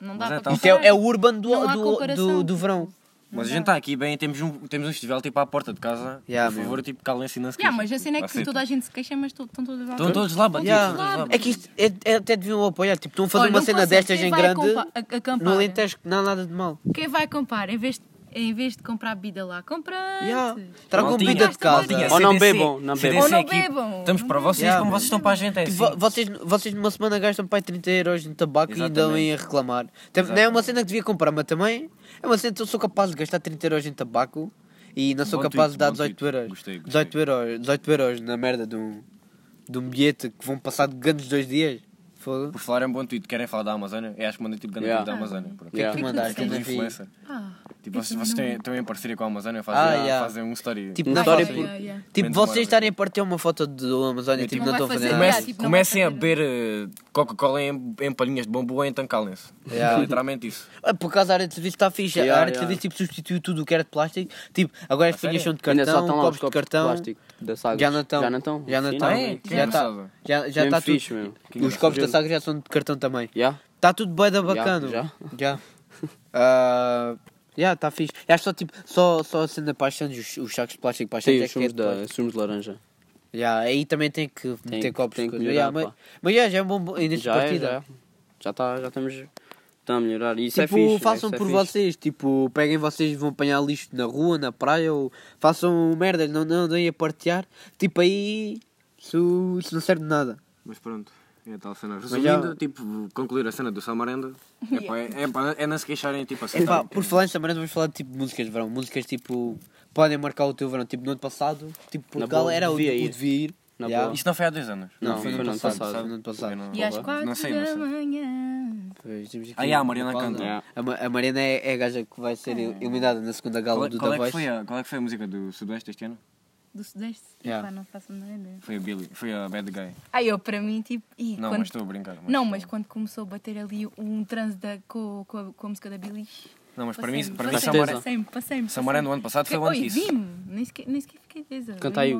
Speaker 5: Não dá
Speaker 2: Mas é
Speaker 5: para
Speaker 2: tal-
Speaker 4: Isto
Speaker 5: comparar.
Speaker 4: é, é o urban do,
Speaker 5: Então Não há
Speaker 4: do,
Speaker 5: comparação.
Speaker 4: do, do verão.
Speaker 2: Mas a gente está aqui bem, temos um, temos um festival tipo à porta de casa.
Speaker 4: Yeah,
Speaker 2: Por favor, tipo, calem-se e não se
Speaker 5: Yeah,
Speaker 2: queixem.
Speaker 5: mas a cena é que
Speaker 2: Aceitem.
Speaker 5: toda a gente se queixa, mas to- estão todas lá.
Speaker 2: Estão todos lá batidos.
Speaker 4: Yeah.
Speaker 2: todos lá
Speaker 5: Claro.
Speaker 2: batidos.
Speaker 4: É que isto é, é- até deviam apoiar. Tipo, estão a fazer
Speaker 5: Olha,
Speaker 4: uma
Speaker 5: não
Speaker 4: cena
Speaker 5: consegue,
Speaker 4: destas
Speaker 5: quem
Speaker 4: em
Speaker 5: vai
Speaker 4: grande
Speaker 5: acompa- a- acampar?
Speaker 4: no Alentejo, que não há nada de mal.
Speaker 5: Quem vai comprar? Em vez, em vez de comprar bebida lá, comprante.
Speaker 4: Yeah. Tragam
Speaker 2: Maltinha.
Speaker 4: bebida de casa.
Speaker 5: Maltinha,
Speaker 3: Ou não
Speaker 2: CDC,
Speaker 3: bebam, não
Speaker 2: CDC
Speaker 3: bebam.
Speaker 5: Ou não
Speaker 2: aqui.
Speaker 5: bebam.
Speaker 2: é, tipo, Estamos para
Speaker 5: Não
Speaker 2: vocês
Speaker 4: bebam.
Speaker 2: como vocês estão para a gente. É assim.
Speaker 4: Tipo, Vo- Vocês, vocês numa semana gastam pai 30 euros em tabaco e andam
Speaker 2: Exatamente.
Speaker 4: aí a reclamar. Tem- Não é uma cena que devia comprar, mas também é uma cena que eu sou capaz de gastar 30 euros em tabaco e não sou
Speaker 2: Bom
Speaker 4: capaz
Speaker 2: tweet,
Speaker 4: de dar
Speaker 2: bom
Speaker 4: 18
Speaker 2: tweet.
Speaker 4: euros.
Speaker 2: Gostei, gostei.
Speaker 4: 18 euros. 18 euros na merda de um, de um bilhete que vão passar de grandes dois dias. Foda.
Speaker 2: Por falar é um bom tweet, querem falar da Amazônia? Eu acho que mandei tipo grande
Speaker 3: Yeah.
Speaker 2: tweet da Amazônia. Por
Speaker 4: O que é que tu
Speaker 3: Yeah.
Speaker 4: mandaste?
Speaker 2: Tipo,
Speaker 4: Eu não vi.
Speaker 2: influencer.
Speaker 5: Ah,
Speaker 2: Tipo, vocês,
Speaker 5: também
Speaker 2: vocês
Speaker 5: não-
Speaker 2: têm, estão em parceria com a Amazônia, fazem,
Speaker 4: Ah, yeah.
Speaker 2: fazem um story.
Speaker 4: Tipo,
Speaker 3: Um
Speaker 4: um não
Speaker 3: story
Speaker 4: fazem-
Speaker 5: yeah, yeah.
Speaker 4: Tipo,
Speaker 2: Menos
Speaker 4: vocês
Speaker 2: Marvel.
Speaker 4: estarem a partir uma foto do Amazônia, tipo,
Speaker 5: Tipo,
Speaker 4: não
Speaker 5: não
Speaker 4: estão a
Speaker 5: vai
Speaker 4: fazer
Speaker 5: fazer
Speaker 4: nada.
Speaker 2: Comece-
Speaker 5: Yeah, tipo, não
Speaker 2: comecem a
Speaker 5: vai fazer
Speaker 2: beber eh, Coca-Cola em, em palhinhas de bambu ou então calem-se.
Speaker 4: Yeah.
Speaker 2: É literalmente isso.
Speaker 4: Ah, Por acaso a área de serviço está fixe. a
Speaker 3: Yeah,
Speaker 4: área de
Speaker 3: yeah.
Speaker 4: serviço tipo, substituiu tudo o que era de plástico. Tipo, agora as
Speaker 2: A
Speaker 4: folhas
Speaker 2: sério?
Speaker 4: são de
Speaker 3: Ainda só
Speaker 4: cartão,
Speaker 3: estão lá os
Speaker 4: copos de
Speaker 3: copos de
Speaker 4: cartão.
Speaker 3: plástico da saga.
Speaker 4: Já não estão.
Speaker 3: Já não estão.
Speaker 4: Já não
Speaker 3: Afinal,
Speaker 4: estão.
Speaker 2: Ah, é? Que
Speaker 4: Já está.
Speaker 2: engraçado.
Speaker 4: Já, já
Speaker 3: Mesmo
Speaker 4: está tudo.
Speaker 3: fixe, mesmo.
Speaker 2: Que
Speaker 4: Os
Speaker 2: engraçado.
Speaker 4: copos da saga já são de cartão também.
Speaker 3: Já?
Speaker 4: Está tudo bué da bacana.
Speaker 3: já. (laughs)
Speaker 4: Já. Ah, Já, está fixe. Eu Acho só tipo, só, só sendo para as sandes, os, os sacos de plástico para as sandes
Speaker 3: Tem
Speaker 4: é que é
Speaker 3: os sumos
Speaker 4: de
Speaker 3: da-
Speaker 4: plástico.
Speaker 3: sumos de laranja.
Speaker 4: Já, aí também tem que meter
Speaker 3: que-
Speaker 4: copos
Speaker 3: tem
Speaker 4: de
Speaker 3: que
Speaker 4: coisa.
Speaker 3: melhorar,
Speaker 4: Já, mas,
Speaker 3: pá.
Speaker 4: mas já, já é um bom. Ainda de
Speaker 3: Já é,
Speaker 4: partida.
Speaker 3: já. Já tá- já estamos. Está a melhorar. E Isso é
Speaker 4: Tipo,
Speaker 2: né?
Speaker 3: fixe.
Speaker 4: façam
Speaker 3: isso é
Speaker 4: por
Speaker 3: fixe.
Speaker 4: vocês, tipo, peguem vocês vão apanhar lixo na rua, na praia, ou façam merdas, não, não deem a partear, tipo aí isso, isso não serve de nada.
Speaker 2: Mas pronto, é a tal cena.
Speaker 4: já-
Speaker 2: Resumindo, tipo, concluir a cena do Samarenda. É, pá, é, é, pá, é não se queixarem, tipo, assim.
Speaker 4: Epá, por falar em Samaranda, vamos falar de tipo de músicas de verão, músicas tipo podem marcar o teu verão, tipo no ano passado, tipo Portugal
Speaker 3: boa,
Speaker 4: era o, o
Speaker 3: devia ir.
Speaker 4: devia ir.
Speaker 3: Na
Speaker 4: já.
Speaker 3: boa.
Speaker 2: Isto não foi há dois anos.
Speaker 4: Não,
Speaker 3: Não,
Speaker 4: foi no
Speaker 3: foi
Speaker 4: ano
Speaker 3: no ano
Speaker 4: passado,
Speaker 3: passado.
Speaker 4: foi no ano
Speaker 2: Eu
Speaker 4: passado.
Speaker 2: não-
Speaker 5: E às quatro
Speaker 2: Não sei, não
Speaker 5: da
Speaker 2: sei.
Speaker 5: manhã.
Speaker 4: Pois, temos aqui
Speaker 2: Ah, yeah, a
Speaker 4: uma
Speaker 2: Mariana
Speaker 4: pausa.
Speaker 2: canta.
Speaker 3: Yeah.
Speaker 4: A, Ma- a Mariana é, é a gaja que vai ser il- eliminada na segunda
Speaker 2: Qual,
Speaker 4: gala
Speaker 2: é-
Speaker 4: do
Speaker 2: qual
Speaker 4: The
Speaker 2: é que
Speaker 4: Voice.
Speaker 2: foi a, qual é que foi a música do Sudoeste este ano?
Speaker 5: Do Sudeste?
Speaker 4: Yeah.
Speaker 5: Epá, não faço a menor ideia.
Speaker 2: Foi a Billy, foi a Bad Guy.
Speaker 5: Ah, eu para mim, tipo. ih,
Speaker 2: Não,
Speaker 5: quando-
Speaker 2: mas estou a brincar.
Speaker 5: Não, mas quando começou a bater ali um transe da, com, com, a, com a música da Billie.
Speaker 2: Não, mas para mim, para mim é
Speaker 5: passei-me,
Speaker 2: Samara,
Speaker 3: Certeza.
Speaker 5: passei-me, passei-me.
Speaker 2: Samara no ano passado foi One
Speaker 5: Oi,
Speaker 2: Kiss.
Speaker 5: vim, nem sequer, nem sequer fiquei tesa.
Speaker 3: Canta aí.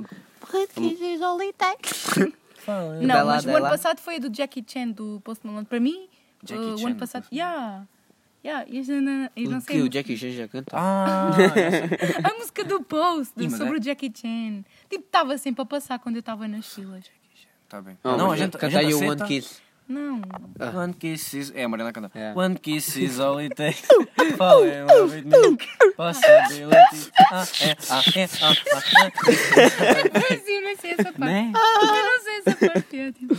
Speaker 5: Não, mas
Speaker 4: Vai lá,
Speaker 5: o ano
Speaker 4: vai lá.
Speaker 5: passado foi a do Jackie Chan, do Post Malone. Para mim,
Speaker 2: Jackie
Speaker 5: uh,
Speaker 2: Chan,
Speaker 5: o ano
Speaker 2: do
Speaker 5: passado.
Speaker 2: Post
Speaker 5: Yeah. Yeah, eu já não, eu não
Speaker 4: O
Speaker 5: sei.
Speaker 4: que o Jackie Chan já canta.
Speaker 2: Ah,
Speaker 5: (laughs) A música do Post, do-
Speaker 2: Ih, mas
Speaker 5: sobre
Speaker 2: é-
Speaker 5: o Jackie Chan. Tipo, estava sempre a passar quando eu estava nas filas.
Speaker 2: está Tá bem.
Speaker 3: Não,
Speaker 2: Ah, não, a
Speaker 3: mas
Speaker 2: gente, a
Speaker 4: canta aí
Speaker 2: gente
Speaker 4: o One
Speaker 2: aceita.
Speaker 4: Kiss.
Speaker 5: (laughs) Não.
Speaker 2: One kiss is... É, a Mariana canta.
Speaker 4: Yeah.
Speaker 2: One kiss is all it
Speaker 5: (laughs)
Speaker 2: takes. Fall in love with me. Possibility. Ah, é, ah, é, ah, ah, ah.
Speaker 5: Mas eu não sei essa parte. Eu não sei essa parte. é, tipo-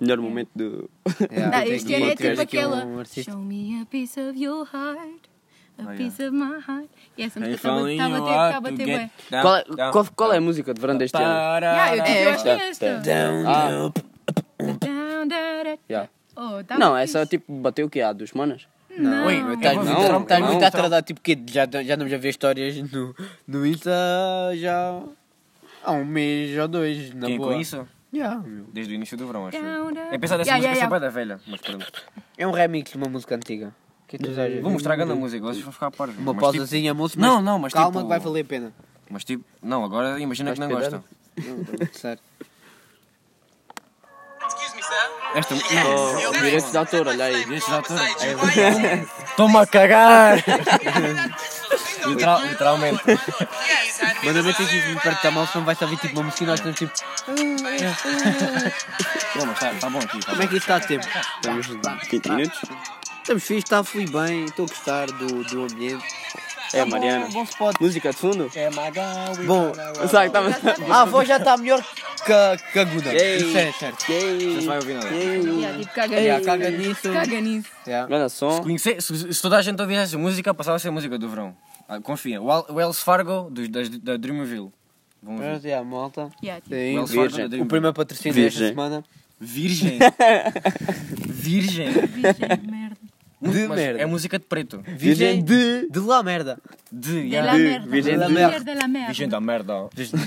Speaker 3: Melhor momento do.
Speaker 4: Yeah,
Speaker 5: Não,
Speaker 4: tem
Speaker 5: este
Speaker 4: que
Speaker 5: ano é
Speaker 4: ter
Speaker 5: tipo
Speaker 4: aqui um
Speaker 5: aquela.
Speaker 4: artista.
Speaker 5: Show me a piece of your heart. A
Speaker 2: Ah,
Speaker 5: piece of my heart. E essa
Speaker 2: If
Speaker 5: música
Speaker 2: only
Speaker 5: estava
Speaker 2: you
Speaker 5: a
Speaker 2: are
Speaker 5: bater
Speaker 2: to
Speaker 5: bem.
Speaker 2: get down,
Speaker 3: Qual é,
Speaker 2: down,
Speaker 3: qual, qual é a
Speaker 2: down.
Speaker 3: música de verão deste ano?
Speaker 5: Yeah, eu
Speaker 2: Tarará.
Speaker 5: tive- eu
Speaker 3: esta.
Speaker 5: tinha esta.
Speaker 3: Ah,
Speaker 5: Down, da, da.
Speaker 3: yeah.
Speaker 5: Oh, tá
Speaker 3: Não,
Speaker 5: bem
Speaker 3: essa
Speaker 5: fixe.
Speaker 3: tipo bateu o que há? Dos manas?
Speaker 5: Não.
Speaker 2: Oi, eu um
Speaker 4: Estás
Speaker 2: tenho-
Speaker 3: Não,
Speaker 4: muito, estás
Speaker 3: não,
Speaker 4: tá muito
Speaker 3: não.
Speaker 2: tá.
Speaker 4: atrasado, tipo que já, já estamos a ver histórias no, no Insta já há um mês ou dois, na
Speaker 2: Quem é
Speaker 4: boa.
Speaker 2: com isso?
Speaker 4: Já, meu.
Speaker 2: Desde o início do verão, acho.
Speaker 5: Down,
Speaker 2: eu.
Speaker 5: down.
Speaker 2: É pensar dessa
Speaker 5: Yeah,
Speaker 2: música
Speaker 5: yeah,
Speaker 2: sempre é da velha, mas pronto.
Speaker 4: É um remix de uma música antiga. Que tu já
Speaker 2: Vou mostrar a grande música, vocês vão ficar parvos.
Speaker 4: Uma
Speaker 2: mas, tipo,
Speaker 4: pausazinha, moço,
Speaker 2: Não, não, mas
Speaker 4: calma
Speaker 2: tipo-
Speaker 4: que vai valer a pena.
Speaker 2: Tipo, mas tipo, não, agora imagina que
Speaker 3: Vais
Speaker 2: não
Speaker 3: peidar?
Speaker 2: gostam.
Speaker 4: Não, sério.
Speaker 2: Esta
Speaker 3: Oh, direitos de autor, olha aí.
Speaker 2: Direitos de autor. Toma a cagar! Literal- literalmente.
Speaker 4: Mas também tem que vir para estar mal, senão vai saber tipo uma música e nós estamos tipo.
Speaker 2: Não, mas tá, tá bom aqui. Tá
Speaker 4: Como é
Speaker 2: bom.
Speaker 4: que isto está a tempo?
Speaker 3: Estamos 15 minutos.
Speaker 4: Estamos fixe, está a fluir bem, estou a gostar do, do ambiente.
Speaker 3: É a Mariana.
Speaker 4: Bom spot.
Speaker 3: Música de fundo?
Speaker 4: Bom,
Speaker 3: Sabe que estava.
Speaker 4: a avó já está melhor que a, que a Guda.
Speaker 3: Ei.
Speaker 4: Isso é certo.
Speaker 2: Não se vai ouvir nada.
Speaker 5: Yeah, tipo, caga
Speaker 4: Já,
Speaker 5: nisso.
Speaker 4: caga nisso.
Speaker 5: Caga nisso.
Speaker 4: Já.
Speaker 3: é Olha só.
Speaker 2: Conhecer, se, se toda a gente ouvisse essa música, passava a ser música do verão. Ah, confia. O Al- o Wells Fargo dos, das, da Dreamville. Vão ouvir.
Speaker 4: Mas, já, malta.
Speaker 5: Yeah, tipo,
Speaker 4: Tem
Speaker 2: Wells Fargo
Speaker 3: Virgem.
Speaker 2: da
Speaker 4: o
Speaker 2: Dreamville.
Speaker 4: primeiro patrocínio desta
Speaker 3: Virgem.
Speaker 4: semana. (laughs)
Speaker 2: Virgem. Virgem.
Speaker 5: bicho, merda.
Speaker 4: De
Speaker 2: Mas
Speaker 4: merda.
Speaker 2: é música de preto.
Speaker 4: Virgem
Speaker 3: Virgem
Speaker 4: de... de lá
Speaker 3: (laughs)
Speaker 4: merda.
Speaker 2: De,
Speaker 5: De
Speaker 2: yeah.
Speaker 5: la merda.
Speaker 3: Virgem
Speaker 5: de
Speaker 4: de-
Speaker 5: merda. la
Speaker 2: Virgem
Speaker 5: merda.
Speaker 2: da merda. Virgem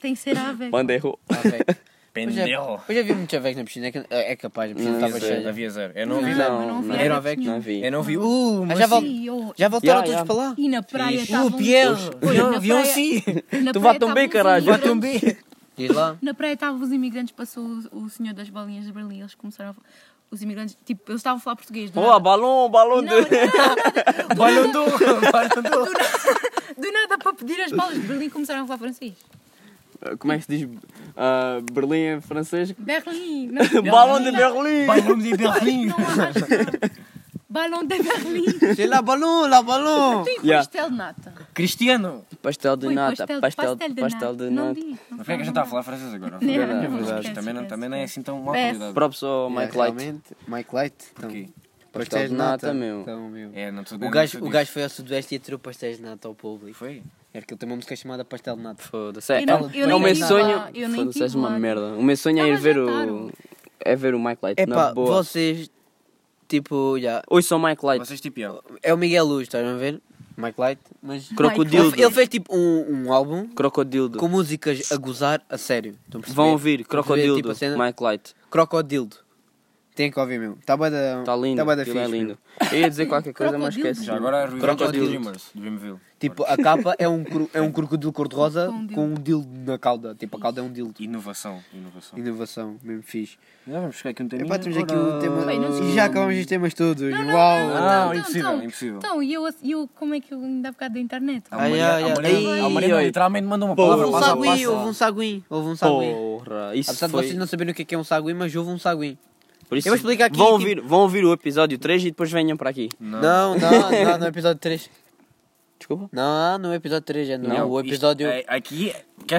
Speaker 5: Tem que ser a ver.
Speaker 3: Banda errou.
Speaker 4: Hoje é,
Speaker 2: Pendejo.
Speaker 4: hoje é vi muito chaveco na piscina, é, que- é capaz, a piscina
Speaker 3: Não
Speaker 4: estava
Speaker 3: sei.
Speaker 4: cheia.
Speaker 2: Havia zero. Eu não ouvi.
Speaker 3: Não.
Speaker 5: eu não vi
Speaker 4: Era
Speaker 5: a
Speaker 4: o
Speaker 5: ver
Speaker 4: Vec,
Speaker 5: nenhum.
Speaker 3: Não vi.
Speaker 2: Eu não ouvi. Uh,
Speaker 4: Ah,
Speaker 2: mas
Speaker 4: já, vol-
Speaker 5: Sim, eu-
Speaker 4: já voltaram
Speaker 3: Já,
Speaker 4: todos
Speaker 3: já.
Speaker 4: para lá?
Speaker 5: E na praia
Speaker 2: Sim. Uh,
Speaker 5: estavam...
Speaker 2: Pierre.
Speaker 5: Oi,
Speaker 2: Viam-
Speaker 5: na
Speaker 2: viam
Speaker 5: praia-
Speaker 2: sim.
Speaker 5: na
Speaker 3: Tu
Speaker 5: praia
Speaker 3: vá tão bem,
Speaker 5: estavam os
Speaker 3: caralho.
Speaker 2: Vai tão
Speaker 5: imigrantes.
Speaker 2: bem.
Speaker 4: E um lá?
Speaker 5: Na praia estavam os imigrantes, passou o, o senhor das bolinhas de Berlim, eles começaram a falar... Os imigrantes, tipo, eles estavam a falar português. do
Speaker 3: Olá,
Speaker 5: nada.
Speaker 3: balão, balão
Speaker 5: Não, não,
Speaker 3: de.
Speaker 2: Balão do- (laughs) balão do-
Speaker 5: Do nada, para pedir as bolas de Berlim, começaram a falar francês.
Speaker 3: (laughs) Como é que se diz? Ah, Berlim em francês?
Speaker 5: Berlim. não.
Speaker 3: Balão de Berlim!
Speaker 2: Balão de Berlim.
Speaker 5: Não arrasta. Balão de Berlim.
Speaker 4: Sei lá, balão, lá balão.
Speaker 5: Tem
Speaker 3: Yeah.
Speaker 5: pastel de nata.
Speaker 2: Cristiano.
Speaker 3: Pastel de
Speaker 5: Ui,
Speaker 3: nata, pastel, pastel de
Speaker 5: Não
Speaker 3: nata.
Speaker 5: digo.
Speaker 2: Mas Porquê é que a gente está a falar francês agora?
Speaker 5: Não,
Speaker 2: Verdade,
Speaker 5: não,
Speaker 2: é verdade.
Speaker 5: esquece,
Speaker 2: Também não-
Speaker 5: esquece.
Speaker 2: Também não é assim tão má
Speaker 5: Esquece.
Speaker 2: qualidade.
Speaker 3: Props ao Mike Light.
Speaker 4: É, Realmente, Mike Light. Então,
Speaker 2: Aqui.
Speaker 4: pastéis de
Speaker 3: nata,
Speaker 4: nata,
Speaker 3: meu.
Speaker 4: Então, meu.
Speaker 2: É, não tô-
Speaker 4: O
Speaker 2: não
Speaker 4: gajo,
Speaker 2: sou
Speaker 4: o
Speaker 2: disso.
Speaker 4: gajo foi ao Sudoeste e atirou pastéis de nata ao público.
Speaker 2: Foi?
Speaker 4: Era que ele tem uma música chamada Pastel de Nata.
Speaker 3: Foda-se. É,
Speaker 5: Eu não- eu
Speaker 3: é
Speaker 5: nem
Speaker 3: o meu
Speaker 5: tive
Speaker 3: sonho.
Speaker 5: lá, eu nem
Speaker 3: Foda-se, és
Speaker 5: tive
Speaker 3: uma
Speaker 5: lá.
Speaker 3: merda. O meu sonho é ir
Speaker 5: Elas
Speaker 3: ver o.
Speaker 5: jantaram.
Speaker 3: é ver o Mike Light.
Speaker 4: É
Speaker 3: na
Speaker 4: pá,
Speaker 3: boa.
Speaker 4: vocês. Tipo, já.
Speaker 3: Hoje são Mike Light.
Speaker 2: Vocês tipo, yeah.
Speaker 4: É o Miguel Luz, estás a ver? Mike Light. Mas.
Speaker 3: Crocodilo.
Speaker 4: Ele, ele fez tipo um, um álbum
Speaker 3: Crocodildo.
Speaker 4: com músicas a gozar a sério. Estão a perceber?
Speaker 3: Vão ouvir.
Speaker 4: Estão a perceber,
Speaker 3: Crocodildo.
Speaker 4: tipo, a cena?
Speaker 3: Mike Light.
Speaker 4: Crocodildo. Tem que ouvir mesmo. Está boa da.
Speaker 3: Está lindo.
Speaker 4: Tá bué da
Speaker 3: aquilo é
Speaker 4: fixe,
Speaker 3: lindo. Eu ia dizer qualquer coisa, mas
Speaker 5: Crocodildo.
Speaker 3: esquece.
Speaker 2: já agora é Revenge of the
Speaker 4: Crocodilo.
Speaker 2: Dreamers, do Dreamville.
Speaker 4: Tipo, a capa é um, cro- é um crocodilo cor-de-rosa
Speaker 5: Com um dildo.
Speaker 4: com um dildo na cauda. Tipo, a cauda é um dildo.
Speaker 2: Inovação, inovação.
Speaker 4: Inovação, mesmo fixe.
Speaker 2: Já vamos chegar aqui um tema.
Speaker 4: Epá, temos aqui o tema.
Speaker 5: Bem, não sei.
Speaker 4: E já acabamos os temas todos.
Speaker 2: não,
Speaker 4: Uau!
Speaker 2: não. Ah,
Speaker 5: Então,
Speaker 2: impossível,
Speaker 5: então,
Speaker 2: impossível.
Speaker 5: Então, e eu, e eu como é que eu ainda há bocado da internet?
Speaker 2: A
Speaker 4: Ai,
Speaker 2: Maria-
Speaker 4: ai,
Speaker 2: a
Speaker 4: ai.
Speaker 2: Maria- a Maria não,
Speaker 3: Ai.
Speaker 2: literalmente mandou uma
Speaker 4: Houve
Speaker 2: palavra
Speaker 4: um
Speaker 2: passo a
Speaker 4: sagui,
Speaker 2: passo.
Speaker 4: houve um sagui. Houve um sagui.
Speaker 3: Porra, isso
Speaker 4: Apesar de
Speaker 3: foi...
Speaker 4: vocês não saberem o que é que é um sagui, mas houve um sagui.
Speaker 3: Por isso,
Speaker 4: Eu vou explicar aqui,
Speaker 3: Vão
Speaker 4: tipo-
Speaker 3: ouvir, vão ouvir o episódio 3 e depois venham para aqui.
Speaker 2: Hum.
Speaker 4: Não, não, não,
Speaker 3: (laughs)
Speaker 4: no episódio 3.
Speaker 3: Desculpa.
Speaker 4: Não, no episódio 3, é no
Speaker 2: Não,
Speaker 4: o
Speaker 2: isto-
Speaker 4: episódio.
Speaker 2: é- Aqui.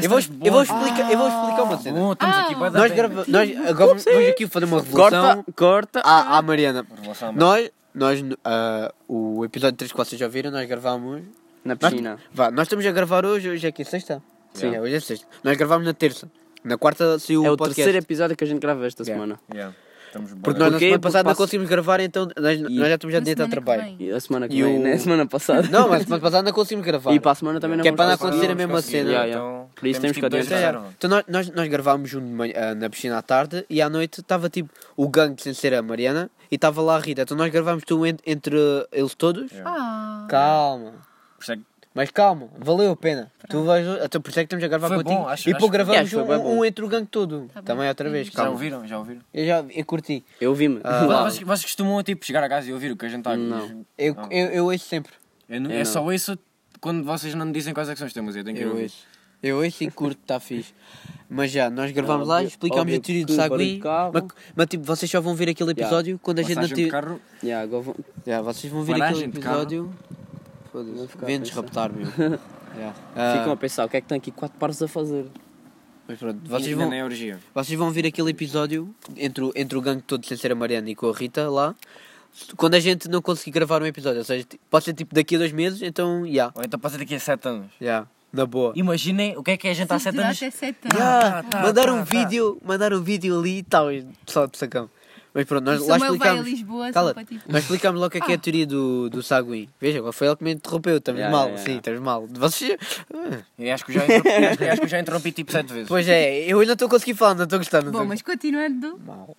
Speaker 4: Eu vou, eu vou explicar, eu vou explicar uma cena.
Speaker 2: Bom, estamos aqui. bué
Speaker 3: Ah,
Speaker 2: da
Speaker 4: Nós,
Speaker 2: bem.
Speaker 4: grava, nós agora vamos vamos aqui fazer uma revolução.
Speaker 3: Corta, Ah, corta.
Speaker 4: à, à Mariana.
Speaker 2: Revelação, mano.
Speaker 4: Nós, nós ah, o episódio 3 que vocês já viram, nós gravámos.
Speaker 3: Na
Speaker 4: Nós,
Speaker 3: piscina.
Speaker 4: vá, nós estamos a gravar hoje, hoje é que sexta?
Speaker 3: Sim.
Speaker 4: É, hoje é sexta. Nós gravámos na terça. Na quarta saiu
Speaker 3: É o
Speaker 4: podcast.
Speaker 3: terceiro episódio que a gente grava esta
Speaker 4: Yeah.
Speaker 3: semana.
Speaker 2: Yeah, Estamos bué
Speaker 4: Porque
Speaker 2: da-
Speaker 4: nós na
Speaker 3: Porquê?
Speaker 4: semana
Speaker 3: Porque
Speaker 4: passada não
Speaker 3: passa-
Speaker 4: conseguimos gravar, então nós, nós já estamos já
Speaker 5: Na
Speaker 4: dentro do
Speaker 5: semana que
Speaker 4: trabalho.
Speaker 5: vem.
Speaker 3: E a semana que
Speaker 4: E
Speaker 3: vem,
Speaker 4: o-
Speaker 3: né? A semana passada.
Speaker 4: Não, mas semana passada não conseguimos gravar.
Speaker 3: E para a semana também não
Speaker 4: Que é
Speaker 3: vamos
Speaker 4: para não
Speaker 3: conseguir.
Speaker 4: acontecer a mesma
Speaker 2: conseguimos,
Speaker 4: cena.
Speaker 3: Yeah, yeah.
Speaker 2: então,
Speaker 3: Por isso temos que
Speaker 2: dois
Speaker 4: Então,
Speaker 3: adiantar.
Speaker 2: reservas.
Speaker 4: então nós, nós, nós gravámos um de manhã- ah, na piscina à tarde e à noite estava tipo o gangue sem ser a Mariana e estava lá a Rita. Então nós gravámos tu entre, entre eles todos.
Speaker 5: Ah,
Speaker 4: Calma.
Speaker 2: Por isso é que-
Speaker 4: Mas calma, valeu a pena. Tu vais, até por isso é que estamos a gravar
Speaker 2: Foi
Speaker 4: contigo.
Speaker 2: bom, acho-
Speaker 4: e depois
Speaker 2: acho-
Speaker 4: gravamos
Speaker 3: acho que foi
Speaker 4: um-
Speaker 3: bem
Speaker 4: um,
Speaker 3: bom.
Speaker 4: entre o gangue todo.
Speaker 5: bem.
Speaker 4: Também é outra vez,
Speaker 2: Já
Speaker 4: calma.
Speaker 2: ouviram? Já ouviram?
Speaker 4: Eu já eu curti.
Speaker 3: Eu vi-me.
Speaker 4: Ah.
Speaker 3: Lá.
Speaker 2: Vocês, vocês costumam tipo chegar a casa e ouvir o que a gente está a
Speaker 3: Não.
Speaker 4: Eu,
Speaker 2: Não.
Speaker 4: eu, eu ouço sempre.
Speaker 2: Eu, não-
Speaker 3: Eu
Speaker 2: é
Speaker 3: não.
Speaker 2: só isso quando vocês não me dizem quais é que são os temas. Eu tenho que ir
Speaker 4: Eu
Speaker 2: ouvir.
Speaker 4: ouço. Eu ouço e curto, está fixe. Mas já, nós gravámos lá e
Speaker 3: óbvio-
Speaker 4: explicámos a
Speaker 3: Tá óbvio
Speaker 4: teoria do
Speaker 3: que
Speaker 4: sagui.
Speaker 3: barulho de
Speaker 4: Mas,
Speaker 3: carro.
Speaker 4: mas, tipo, vocês só vão ver aquele
Speaker 3: Já.
Speaker 4: episódio quando a gente não
Speaker 2: Passagem de
Speaker 4: tiver.
Speaker 2: carro.
Speaker 3: Yeah, agora vão-
Speaker 4: Já, vocês vão ver
Speaker 2: Paragem
Speaker 4: aquele
Speaker 2: de carro.
Speaker 4: episódio.
Speaker 3: Vou ficar a
Speaker 4: Vem-nos
Speaker 3: pensar.
Speaker 4: raptar, meu.
Speaker 3: (laughs)
Speaker 4: Já. Ah,
Speaker 3: Ficam a pensar, o que é que tem aqui quatro pares a fazer?
Speaker 4: mas pronto,
Speaker 2: Vocês
Speaker 4: vocês vão,
Speaker 2: na é orgia.
Speaker 4: Vocês vão ver aquele episódio entre o, entre o gangue todo sem ser a Mariana e com a Rita lá. Quando a gente não conseguir gravar um episódio, ou seja, ti- pode ser tipo daqui a dois meses, então já. Yeah,
Speaker 2: Ou então passa daqui a 7 anos.
Speaker 4: yeah, na boa.
Speaker 2: Imaginem o que é que é a gente há 7
Speaker 5: durar
Speaker 2: anos.
Speaker 5: até sete anos.
Speaker 3: Tá,
Speaker 4: Yeah, mandar um vídeo, mandar um vídeo ali e tal, e só de sacão. Mas pronto, nós
Speaker 5: O
Speaker 4: lá
Speaker 5: Samuel vai a
Speaker 4: explicámos.
Speaker 5: Lisboa só
Speaker 4: Cala,
Speaker 5: para, tipo-
Speaker 4: nós explicámos logo o que é, que é a teoria do, do Saguin. Veja, agora foi ele que me interrompeu, estamos
Speaker 3: Yeah,
Speaker 4: mal,
Speaker 3: yeah, yeah.
Speaker 4: sim, estamos mal. Vocês.
Speaker 2: Eu acho que eu já interrompi, acho que- acho que eu já interrompi tipo 7 vezes.
Speaker 4: Pois é, eu ainda não estou a conseguir falar, não estou a gostar, não
Speaker 5: Bom,
Speaker 4: estou a
Speaker 5: mas continuando.
Speaker 4: Mal.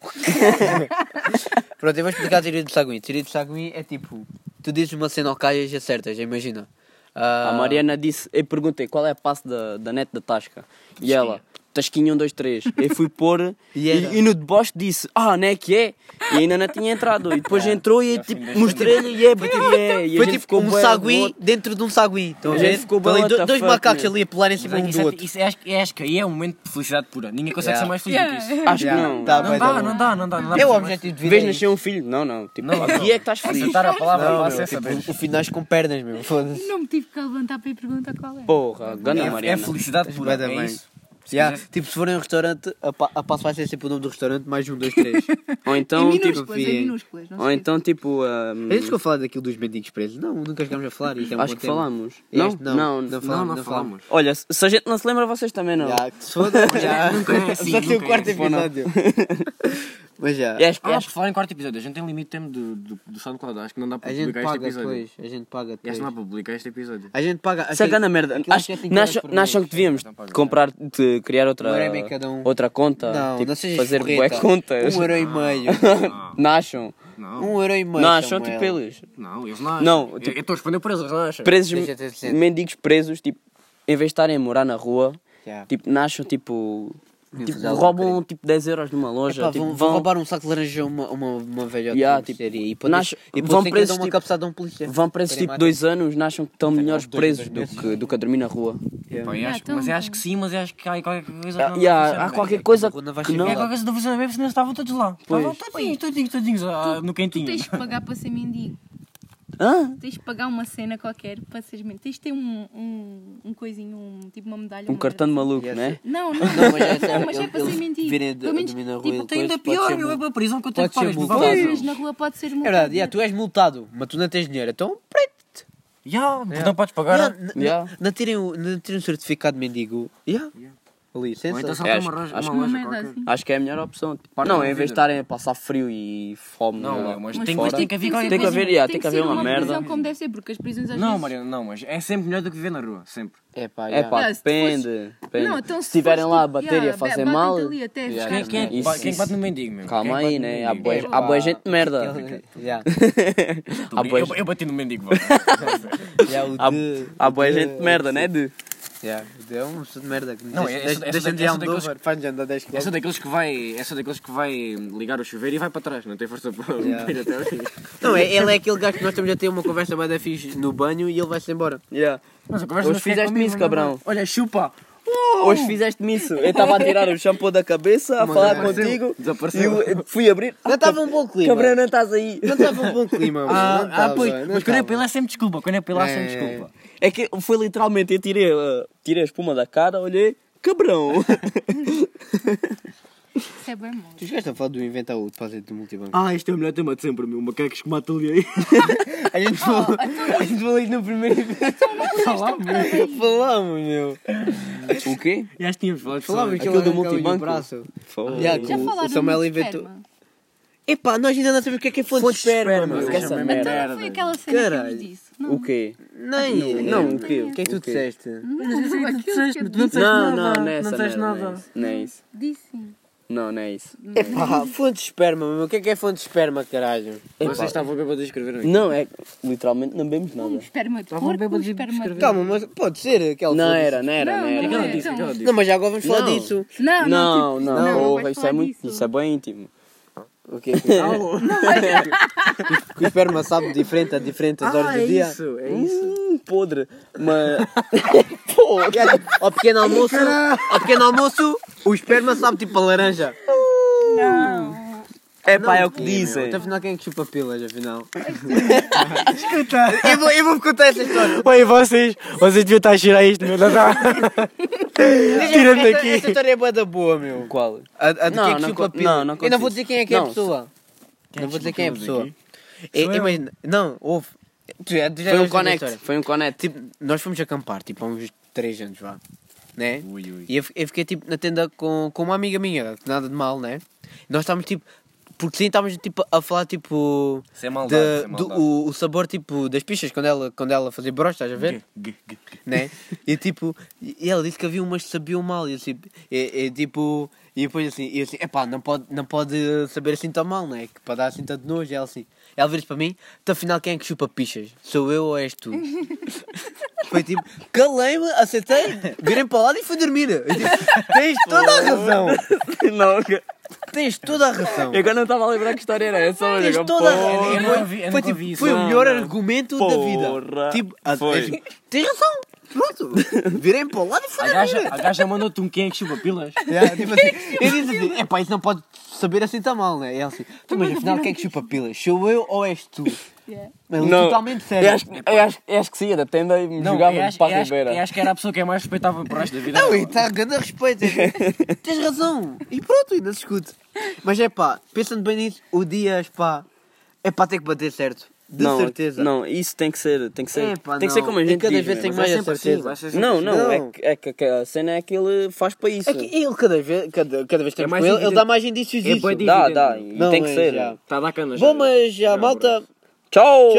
Speaker 4: Pronto, eu vou explicar a teoria do sagui. A teoria do sagui é tipo: tu dizes uma cena ao Caio e acertas, imagina. Ah,
Speaker 3: A Mariana disse, eu perguntei qual é a passe da, da net da Tasca. E ela, Tasquinha 1, 2, 3. Eu fui pôr
Speaker 4: E
Speaker 3: e,
Speaker 4: era.
Speaker 3: e no deboche disse, ah, não é que é? E ainda não tinha entrado. E
Speaker 4: (laughs)
Speaker 3: depois entrou e tipo, mostrei-lhe e é, bati é. E a
Speaker 4: Foi
Speaker 3: gente
Speaker 4: tipo
Speaker 3: ficou
Speaker 4: um
Speaker 3: bué
Speaker 4: sagui
Speaker 3: revolto.
Speaker 4: dentro de um sagui. Estão a
Speaker 3: A gente
Speaker 4: ver?
Speaker 3: ficou
Speaker 4: Estão ali
Speaker 3: bué,
Speaker 4: do-
Speaker 3: what the
Speaker 4: dois
Speaker 3: fuck,
Speaker 4: macacos
Speaker 3: meu.
Speaker 4: ali a pular em cima
Speaker 2: Isso,
Speaker 4: um do
Speaker 2: é-
Speaker 3: tipo,
Speaker 4: outro.
Speaker 2: isso, é- acho, que- acho que aí é um momento de felicidade pura. Ninguém consegue
Speaker 4: Yeah.
Speaker 2: ser mais feliz
Speaker 5: Yeah.
Speaker 2: do que isso.
Speaker 3: Acho
Speaker 4: Yeah,
Speaker 3: que não.
Speaker 4: tá
Speaker 3: Tá,
Speaker 4: bem,
Speaker 2: Não
Speaker 4: tá
Speaker 2: dá,
Speaker 4: bem.
Speaker 2: não dá, não dá, não dá.
Speaker 4: É o objetivo de vida.
Speaker 3: Vês
Speaker 4: é
Speaker 3: nascer um filho? Não, não. Tipo,
Speaker 2: Não,
Speaker 3: aqui
Speaker 2: não. tá
Speaker 3: é que estás feliz.
Speaker 2: Soltar a
Speaker 4: isso.
Speaker 2: palavra
Speaker 4: Não,
Speaker 2: não,
Speaker 4: meu,
Speaker 2: essa vez.
Speaker 4: tipo, o finais com pernas, meu. Foda-se.
Speaker 5: Não me tive que levantar para ir perguntar qual é.
Speaker 3: Porra, gana
Speaker 2: É, é
Speaker 3: Mariana.
Speaker 2: felicidade pura.
Speaker 4: Bué da
Speaker 2: É
Speaker 4: bem.
Speaker 2: isso. Se
Speaker 4: Yeah,
Speaker 2: quiser-
Speaker 4: Tipo, se forem a um restaurante, a, pa a passo vai ser sempre o nome do restaurante, mais um, dois,
Speaker 3: (laughs)
Speaker 4: três.
Speaker 3: Ou
Speaker 5: em
Speaker 3: então, tipo,
Speaker 5: minúsculas, em minúsculas. Não
Speaker 3: ou
Speaker 5: sei.
Speaker 3: então, tipo, ah,
Speaker 4: É isso que eu falar daquilo dos mendigos presos? Não, nunca chegámos a falar. Isso é um
Speaker 3: acho
Speaker 4: bom
Speaker 3: que
Speaker 4: tema.
Speaker 3: falámos.
Speaker 4: Este
Speaker 3: Não,
Speaker 4: não,
Speaker 3: não,
Speaker 4: não
Speaker 3: não.
Speaker 4: falámos.
Speaker 2: Não, não falámos.
Speaker 3: Olha, se se a gente não se lembra, vocês também não.
Speaker 4: Já, que se foda, já.
Speaker 2: Nunca é assim,
Speaker 4: Só tem o
Speaker 2: nunca é
Speaker 4: quarto
Speaker 2: assim.
Speaker 4: episódio. (laughs) Mas já.
Speaker 3: E é acho que
Speaker 2: Ah,
Speaker 3: acho
Speaker 2: por falar em quarto episódio, a gente tem limite de tempo do, do, do SoundCloud. Acho que não dá para
Speaker 4: A gente
Speaker 2: publicar este
Speaker 4: paga
Speaker 2: episódio.
Speaker 4: depois. A gente paga
Speaker 2: Acho que não é dá
Speaker 4: depois.
Speaker 2: para publicar este episódio.
Speaker 4: A gente paga.
Speaker 3: Isso é grande merda.
Speaker 4: aquilo
Speaker 3: Acho,
Speaker 4: é 5
Speaker 3: não
Speaker 4: euros
Speaker 3: acham-
Speaker 4: por
Speaker 3: não acham
Speaker 4: mês.
Speaker 3: que devíamos comprar, de criar outra,
Speaker 4: Um euro em cada um.
Speaker 3: outra conta?
Speaker 4: Não,
Speaker 3: tipo,
Speaker 4: não sejas
Speaker 3: fazer
Speaker 4: porreta.
Speaker 3: bué contas.
Speaker 4: Um euro e
Speaker 3: (laughs)
Speaker 4: meio.
Speaker 3: Não acham?
Speaker 2: Não,
Speaker 4: Um euro e meio.
Speaker 3: Não acham,
Speaker 4: Samuel.
Speaker 3: tipo, eles.
Speaker 2: não, eles não acham.
Speaker 3: Não,
Speaker 2: Eu-
Speaker 3: tipo-
Speaker 2: eu estou a responder por eles, eles não acham.
Speaker 3: Presos,
Speaker 4: Deixa ter sentido.
Speaker 3: mendigos presos, tipo, em vez de estarem a morar na rua,
Speaker 4: Já.
Speaker 3: tipo, não acham, tipo,
Speaker 4: Não
Speaker 3: tipo,
Speaker 4: fazer algo
Speaker 3: roubam, tipo, 10 euros numa
Speaker 4: Epá,
Speaker 3: loja. tipo,
Speaker 4: vão, vão roubar um saco de laranja a uma, uma, uma velhota
Speaker 3: Yeah,
Speaker 4: de
Speaker 3: tipo,
Speaker 4: mercearia e
Speaker 3: não
Speaker 4: podem-
Speaker 3: acho-
Speaker 4: e
Speaker 3: vão
Speaker 4: podem
Speaker 3: presos,
Speaker 4: dar uma
Speaker 3: tipo-
Speaker 4: cabeçada a um polícia.
Speaker 3: Vão presos tipo
Speaker 4: Primário.
Speaker 3: 2 anos, não acham que estão melhores
Speaker 4: dois, dois
Speaker 3: presos do
Speaker 4: meses.
Speaker 3: que, do que a dormir na rua.
Speaker 2: Pá, eu
Speaker 5: Yeah,
Speaker 2: acho que-
Speaker 5: então-
Speaker 2: mas eu acho que sim, mas eu acho que há qualquer coisa. que
Speaker 3: Ah,
Speaker 2: não
Speaker 3: e há-
Speaker 2: funciona.
Speaker 3: há qualquer coisa
Speaker 4: rua não vai
Speaker 3: que
Speaker 4: chegar
Speaker 3: não.
Speaker 2: É qualquer coisa que não funciona mesmo, senão estavam todos lá. Estavam todinhos, todinhos, todinhos ah, no
Speaker 5: Tu
Speaker 2: quentinho.
Speaker 5: tens de pagar para ser mendigo.
Speaker 3: Hã?
Speaker 5: Tens de pagar uma cena qualquer para seres mendigo. Tens de ter um, um, um coisinho, um, tipo uma medalha.
Speaker 3: Um
Speaker 5: uma
Speaker 3: cartão de
Speaker 5: merda.
Speaker 3: maluco,
Speaker 4: Yes.
Speaker 3: né?
Speaker 5: Não, não,
Speaker 4: Não, mas é sério,
Speaker 5: não, mas é
Speaker 4: eles-
Speaker 5: para ser
Speaker 4: eles
Speaker 5: mendigo.
Speaker 4: virem de-
Speaker 5: Pelo menos,
Speaker 4: dormir na rua e
Speaker 5: tipo, tem
Speaker 4: depois
Speaker 5: ainda
Speaker 4: pode ser
Speaker 5: pior.
Speaker 4: multa.
Speaker 2: meu, é para a prisão que eu tenho
Speaker 4: Pode
Speaker 2: que
Speaker 4: ser
Speaker 2: pagar.
Speaker 4: multado.
Speaker 5: Pois, na rua pode ser
Speaker 4: É
Speaker 5: multado.
Speaker 4: verdade, yeah, tu és multado, mas tu não tens dinheiro, então
Speaker 2: Já, não podes pagar.
Speaker 4: Yeah, n-
Speaker 3: Yeah.
Speaker 4: n- Não tirem o não tirem o certificado de mendigo. Yeah.
Speaker 2: Ou
Speaker 4: ali,
Speaker 2: então
Speaker 4: sensação.
Speaker 2: só
Speaker 3: É,
Speaker 2: para
Speaker 3: acho-
Speaker 2: uma roja, uma
Speaker 3: acho
Speaker 5: que-
Speaker 2: loja
Speaker 5: Uma merda
Speaker 2: qualquer.
Speaker 5: assim.
Speaker 3: Acho que é a melhor opção. tipo,
Speaker 2: Parte
Speaker 3: não,
Speaker 2: da
Speaker 3: em vez
Speaker 2: vida.
Speaker 3: de estarem a passar frio e fome.
Speaker 2: Não,
Speaker 3: lá,
Speaker 2: mas
Speaker 5: Mas
Speaker 2: tem,
Speaker 5: depois
Speaker 2: mas tem que haver qualquer
Speaker 3: Tem que
Speaker 2: coisa.
Speaker 3: haver, yeah, tem
Speaker 5: ser-
Speaker 3: que haver
Speaker 5: ser
Speaker 3: uma merda.
Speaker 5: prisão como deve ser, porque as prisões às
Speaker 2: Não,
Speaker 5: vezes...
Speaker 2: Mariana, não, mas é sempre melhor do que viver na rua, sempre.
Speaker 4: É pá,
Speaker 3: É pá,
Speaker 4: (laughs)
Speaker 5: Yeah, se tu
Speaker 3: depende.
Speaker 5: fores-
Speaker 3: depende.
Speaker 5: Não, então se
Speaker 3: se estiverem
Speaker 5: fores,
Speaker 3: lá a
Speaker 5: tipo,
Speaker 3: bater e a
Speaker 5: yeah,
Speaker 3: fazer
Speaker 5: ba-
Speaker 3: mal.
Speaker 5: batem-te ali até
Speaker 3: yeah,
Speaker 5: ficar-
Speaker 2: Quem, quem, é, que
Speaker 3: isso-
Speaker 2: ba- quem é que bate
Speaker 3: isso-
Speaker 2: no mendigo, meu?
Speaker 3: Calma
Speaker 2: Quem é que bate
Speaker 3: aí,
Speaker 2: no
Speaker 3: né? Há
Speaker 2: mendigo?
Speaker 3: boa
Speaker 2: Eu-
Speaker 3: há boa gente de merda. (laughs)
Speaker 4: Já,
Speaker 3: Há boa
Speaker 2: Eu, eu bati no mendigo, vá.
Speaker 4: já o
Speaker 2: Ah,
Speaker 3: há-
Speaker 4: de-
Speaker 3: há
Speaker 4: o
Speaker 3: boa
Speaker 4: de-
Speaker 3: gente de merda, né? De...
Speaker 4: Já, o de é uma pessoa de merda. que
Speaker 2: Não, é-
Speaker 4: deixa-
Speaker 2: é
Speaker 4: deixa-
Speaker 2: só- é só
Speaker 4: Deixa de ir
Speaker 2: daqueles-
Speaker 4: a Andover, faz-nos andar 10
Speaker 2: É
Speaker 4: km.
Speaker 2: só daqueles que vai, é só daqueles que vai ligar o chuveiro e vai para trás, não tem força para
Speaker 4: Yeah.
Speaker 2: ir até ao fim.
Speaker 4: Não, é,
Speaker 2: (laughs)
Speaker 4: ele é aquele gajo que nós estamos a ter uma conversa bem da fixe no banho e ele vai-se embora.
Speaker 3: Yeah.
Speaker 2: Mas a conversa
Speaker 3: Hoje
Speaker 2: não se quer
Speaker 3: fizeste-me
Speaker 2: comigo,
Speaker 3: isso,
Speaker 2: não é?
Speaker 3: cabrão.
Speaker 2: Olha, chupa!
Speaker 4: Oh!
Speaker 3: Hoje fizeste-me isso. Eu estava a tirar o shampoo da cabeça, a falar contigo.
Speaker 2: Desapareceu.
Speaker 3: E eu fui abrir.
Speaker 4: Não estava um bom clima.
Speaker 3: Cabrão, não estás aí.
Speaker 4: Não estava um bom clima, mano.
Speaker 2: Ah,
Speaker 4: não
Speaker 2: ah,
Speaker 4: tava,
Speaker 2: pois,
Speaker 4: não
Speaker 2: mas quando é
Speaker 4: tava.
Speaker 2: pela é sempre desculpa, quando é pela é
Speaker 4: É,
Speaker 2: sempre
Speaker 4: é, é.
Speaker 2: desculpa.
Speaker 3: É que foi literalmente, eu tirei, uh, tirei a espuma da cara, olhei, (laughs) cabrão.
Speaker 5: Isso é bem mau.
Speaker 4: Tu chegaste a falar do inventar o depósito do multibanco.
Speaker 2: Ah, este é o melhor tema de sempre, meu. Macacos que matam (laughs) ali.
Speaker 4: a gente falou, a gente falou isso no primeiro episódio. Ah, Falamos, meu.
Speaker 3: o quê?
Speaker 2: Já tínhamos falado
Speaker 4: Falamos
Speaker 2: sobre...
Speaker 4: que ele
Speaker 3: Aquele do
Speaker 4: arrancava-lhe o
Speaker 3: multibanco?
Speaker 4: braço.
Speaker 3: Foi.
Speaker 4: Já, que
Speaker 5: Já
Speaker 4: o-
Speaker 5: falaram
Speaker 4: o Samuel
Speaker 5: muito de
Speaker 4: inventou.
Speaker 5: esperma?
Speaker 4: Epá, nós ainda não sabemos o que é que é fonte de esperma, meu.
Speaker 3: Esquece essa
Speaker 2: Deixa-me
Speaker 3: merda.
Speaker 5: Então não foi aquela cena
Speaker 4: Caralho.
Speaker 5: que eu disse. Não.
Speaker 3: O quê?
Speaker 4: Nem.
Speaker 3: Não,
Speaker 4: Não.
Speaker 3: o quê?
Speaker 4: O que é que tu disseste?
Speaker 3: Não, não, não é essa merda, não é isso. Não é isso.
Speaker 5: Disse sim.
Speaker 3: Não, não é isso.
Speaker 4: Epá, fonte de esperma, meu. O que é que é fonte de esperma, caralho?
Speaker 2: Vocês estavam bêbados a escrever aqui.
Speaker 3: Não, é que literalmente não bebemos
Speaker 5: Um
Speaker 3: nada.
Speaker 5: esperma de
Speaker 2: Estavam
Speaker 5: porco, um
Speaker 2: bêbados de
Speaker 5: esperma de...
Speaker 4: Calma, mas pode ser aquela
Speaker 3: Não
Speaker 4: fonte.
Speaker 3: era, não era, não
Speaker 5: Não,
Speaker 3: era.
Speaker 5: não
Speaker 2: Aquela
Speaker 5: é.
Speaker 2: disse, aquela disse.
Speaker 4: é. Não, mas já agora vamos falar
Speaker 3: Não.
Speaker 4: disso.
Speaker 3: Não,
Speaker 5: Não, não, tipo,
Speaker 3: não,
Speaker 5: não
Speaker 3: porra,
Speaker 5: vais
Speaker 3: isso
Speaker 5: falar
Speaker 3: é muito,
Speaker 5: disso.
Speaker 3: isso é bem íntimo.
Speaker 4: O que é que O esperma sabe diferente a diferentes horas do dia. Uh,
Speaker 2: isso, é
Speaker 3: Hum, podre. Mas
Speaker 4: E é tipo, Ao pequeno almoço, ao pequeno almoço, o esperma sabe tipo a laranja.
Speaker 3: é pá, é o que dizem.
Speaker 4: Até afinal, quem é que chupa pilas, afinal? (laughs) Escuta. Eu vou, eu vou contar essa história.
Speaker 2: Oi, vocês, vocês deviam estar a cheirar isto, meu. Tira-me
Speaker 4: Essa-
Speaker 2: daqui.
Speaker 4: Essa história é boa da boa, meu.
Speaker 3: Qual?
Speaker 4: A, a de
Speaker 3: Não,
Speaker 4: quem é que
Speaker 3: não
Speaker 4: chupa
Speaker 3: con-
Speaker 4: pila.
Speaker 3: não,
Speaker 4: eu não
Speaker 3: não
Speaker 4: vou
Speaker 3: consigo.
Speaker 4: dizer quem é que é a
Speaker 3: Não,
Speaker 4: pessoa. não vou dizer quem é a pessoa. É,
Speaker 2: Sou eu.
Speaker 4: imagina, não, houve. Tu já- tu já
Speaker 3: Foi um
Speaker 4: sabes da
Speaker 3: connect,
Speaker 4: história.
Speaker 3: foi um connect.
Speaker 4: Tipo, nós fomos acampar, tipo, há uns 3 anos, vá. Né?
Speaker 2: Ui, ui.
Speaker 4: E eu, fi- eu fiquei, tipo, na tenda com, com uma amiga minha, nada de mal, né? Nós estávamos, tipo... Porque sim, estávamos, tipo, a falar, tipo...
Speaker 2: Sem maldade,
Speaker 4: de-
Speaker 2: sem
Speaker 4: do-
Speaker 2: maldade.
Speaker 4: o, o sabor, tipo, das pichas, quando ela, quando ela fazia broche, estás a ver? Né? E, tipo, e ela disse que havia umas que sabiam mal. E, eu, tipo, e, e, tipo... E depois, assim, e eu assim, epá, não pode, não pode saber assim tão mal, né? Que para dar assim tanto nojo, e ela assim... Ela vira-se para mim, então afinal quem é que chupa pichas? Sou eu
Speaker 2: (laughs)
Speaker 4: ou és tu? Foi tipo, calei-me, aceitei, virei para o lado e fui dormir. Eu tipo, tens toda a razão.
Speaker 3: (laughs) Não, eu
Speaker 4: Tens toda a razão.
Speaker 2: É
Speaker 3: agora não estava a lembrar que história era essa, mas
Speaker 4: Tens
Speaker 3: agora,
Speaker 4: toda a
Speaker 3: porra.
Speaker 2: Eu
Speaker 4: razão.
Speaker 2: nunca vi- eu
Speaker 4: Foi,
Speaker 2: nunca vi
Speaker 4: tipo,
Speaker 2: isso.
Speaker 4: foi o
Speaker 2: Não,
Speaker 4: melhor
Speaker 2: não.
Speaker 4: argumento da vida.
Speaker 3: Porra.
Speaker 4: Tipo, a-
Speaker 3: Foi.
Speaker 4: enfim, tens razão.
Speaker 2: (laughs)
Speaker 4: Pronto. Virei para o lado e fui
Speaker 2: A
Speaker 4: dormir.
Speaker 2: gaja, a gaja mandou-te um quem é que chupa pilas.
Speaker 4: (laughs) Yeah, tipo assim, eu disse assim, epá, isso não pode saber assim tão mal, né? E ela assim, tu, mas afinal, quem é que chupa pilas? Sou eu ou és tu?
Speaker 3: é-
Speaker 5: Yeah.
Speaker 4: Mas é totalmente sério.
Speaker 3: Eu acho, eu, acho, eu acho que saía da tenda e me jogava
Speaker 2: eu acho,
Speaker 3: para
Speaker 2: eu
Speaker 3: a
Speaker 2: acho, eu
Speaker 3: ribeira.
Speaker 2: acho que era a pessoa que é mais respeitável por resto da vida.
Speaker 4: Não, e
Speaker 3: tá-
Speaker 4: está a grande respeito. é tipo,
Speaker 3: (laughs)
Speaker 4: Tens razão. E pronto, ainda se escute. Mas é pá, pensando bem nisso, o Dias, pá, é pá, tem que bater certo. De
Speaker 3: não,
Speaker 4: certeza.
Speaker 3: Não, isso tem que ser, tem que ser,
Speaker 4: Epá,
Speaker 3: tem que ser
Speaker 4: É, não.
Speaker 3: como a
Speaker 4: E
Speaker 3: gente
Speaker 4: cada
Speaker 3: diz,
Speaker 4: vez
Speaker 3: meu,
Speaker 4: tem
Speaker 3: mas
Speaker 4: mais
Speaker 3: é
Speaker 4: a
Speaker 3: sempre
Speaker 4: certeza.
Speaker 2: vai ser
Speaker 3: assim. Não, não,
Speaker 4: Não.
Speaker 3: É, que, é que- que a cena é que ele faz para isso.
Speaker 4: É que ele, cada vez, cada, cada vez que
Speaker 2: É
Speaker 4: estamos
Speaker 2: mais
Speaker 4: com ele, ele
Speaker 2: evidente.
Speaker 4: dá mais indícios
Speaker 2: É
Speaker 4: disso.
Speaker 2: bué di-
Speaker 3: Dá, dá, e
Speaker 4: Não,
Speaker 3: tem que
Speaker 4: mas
Speaker 2: Tá
Speaker 3: ser. né?
Speaker 4: já.
Speaker 2: Está a dar canas.
Speaker 4: Bom, mas já,
Speaker 2: Não,
Speaker 4: malta.
Speaker 3: Tchau!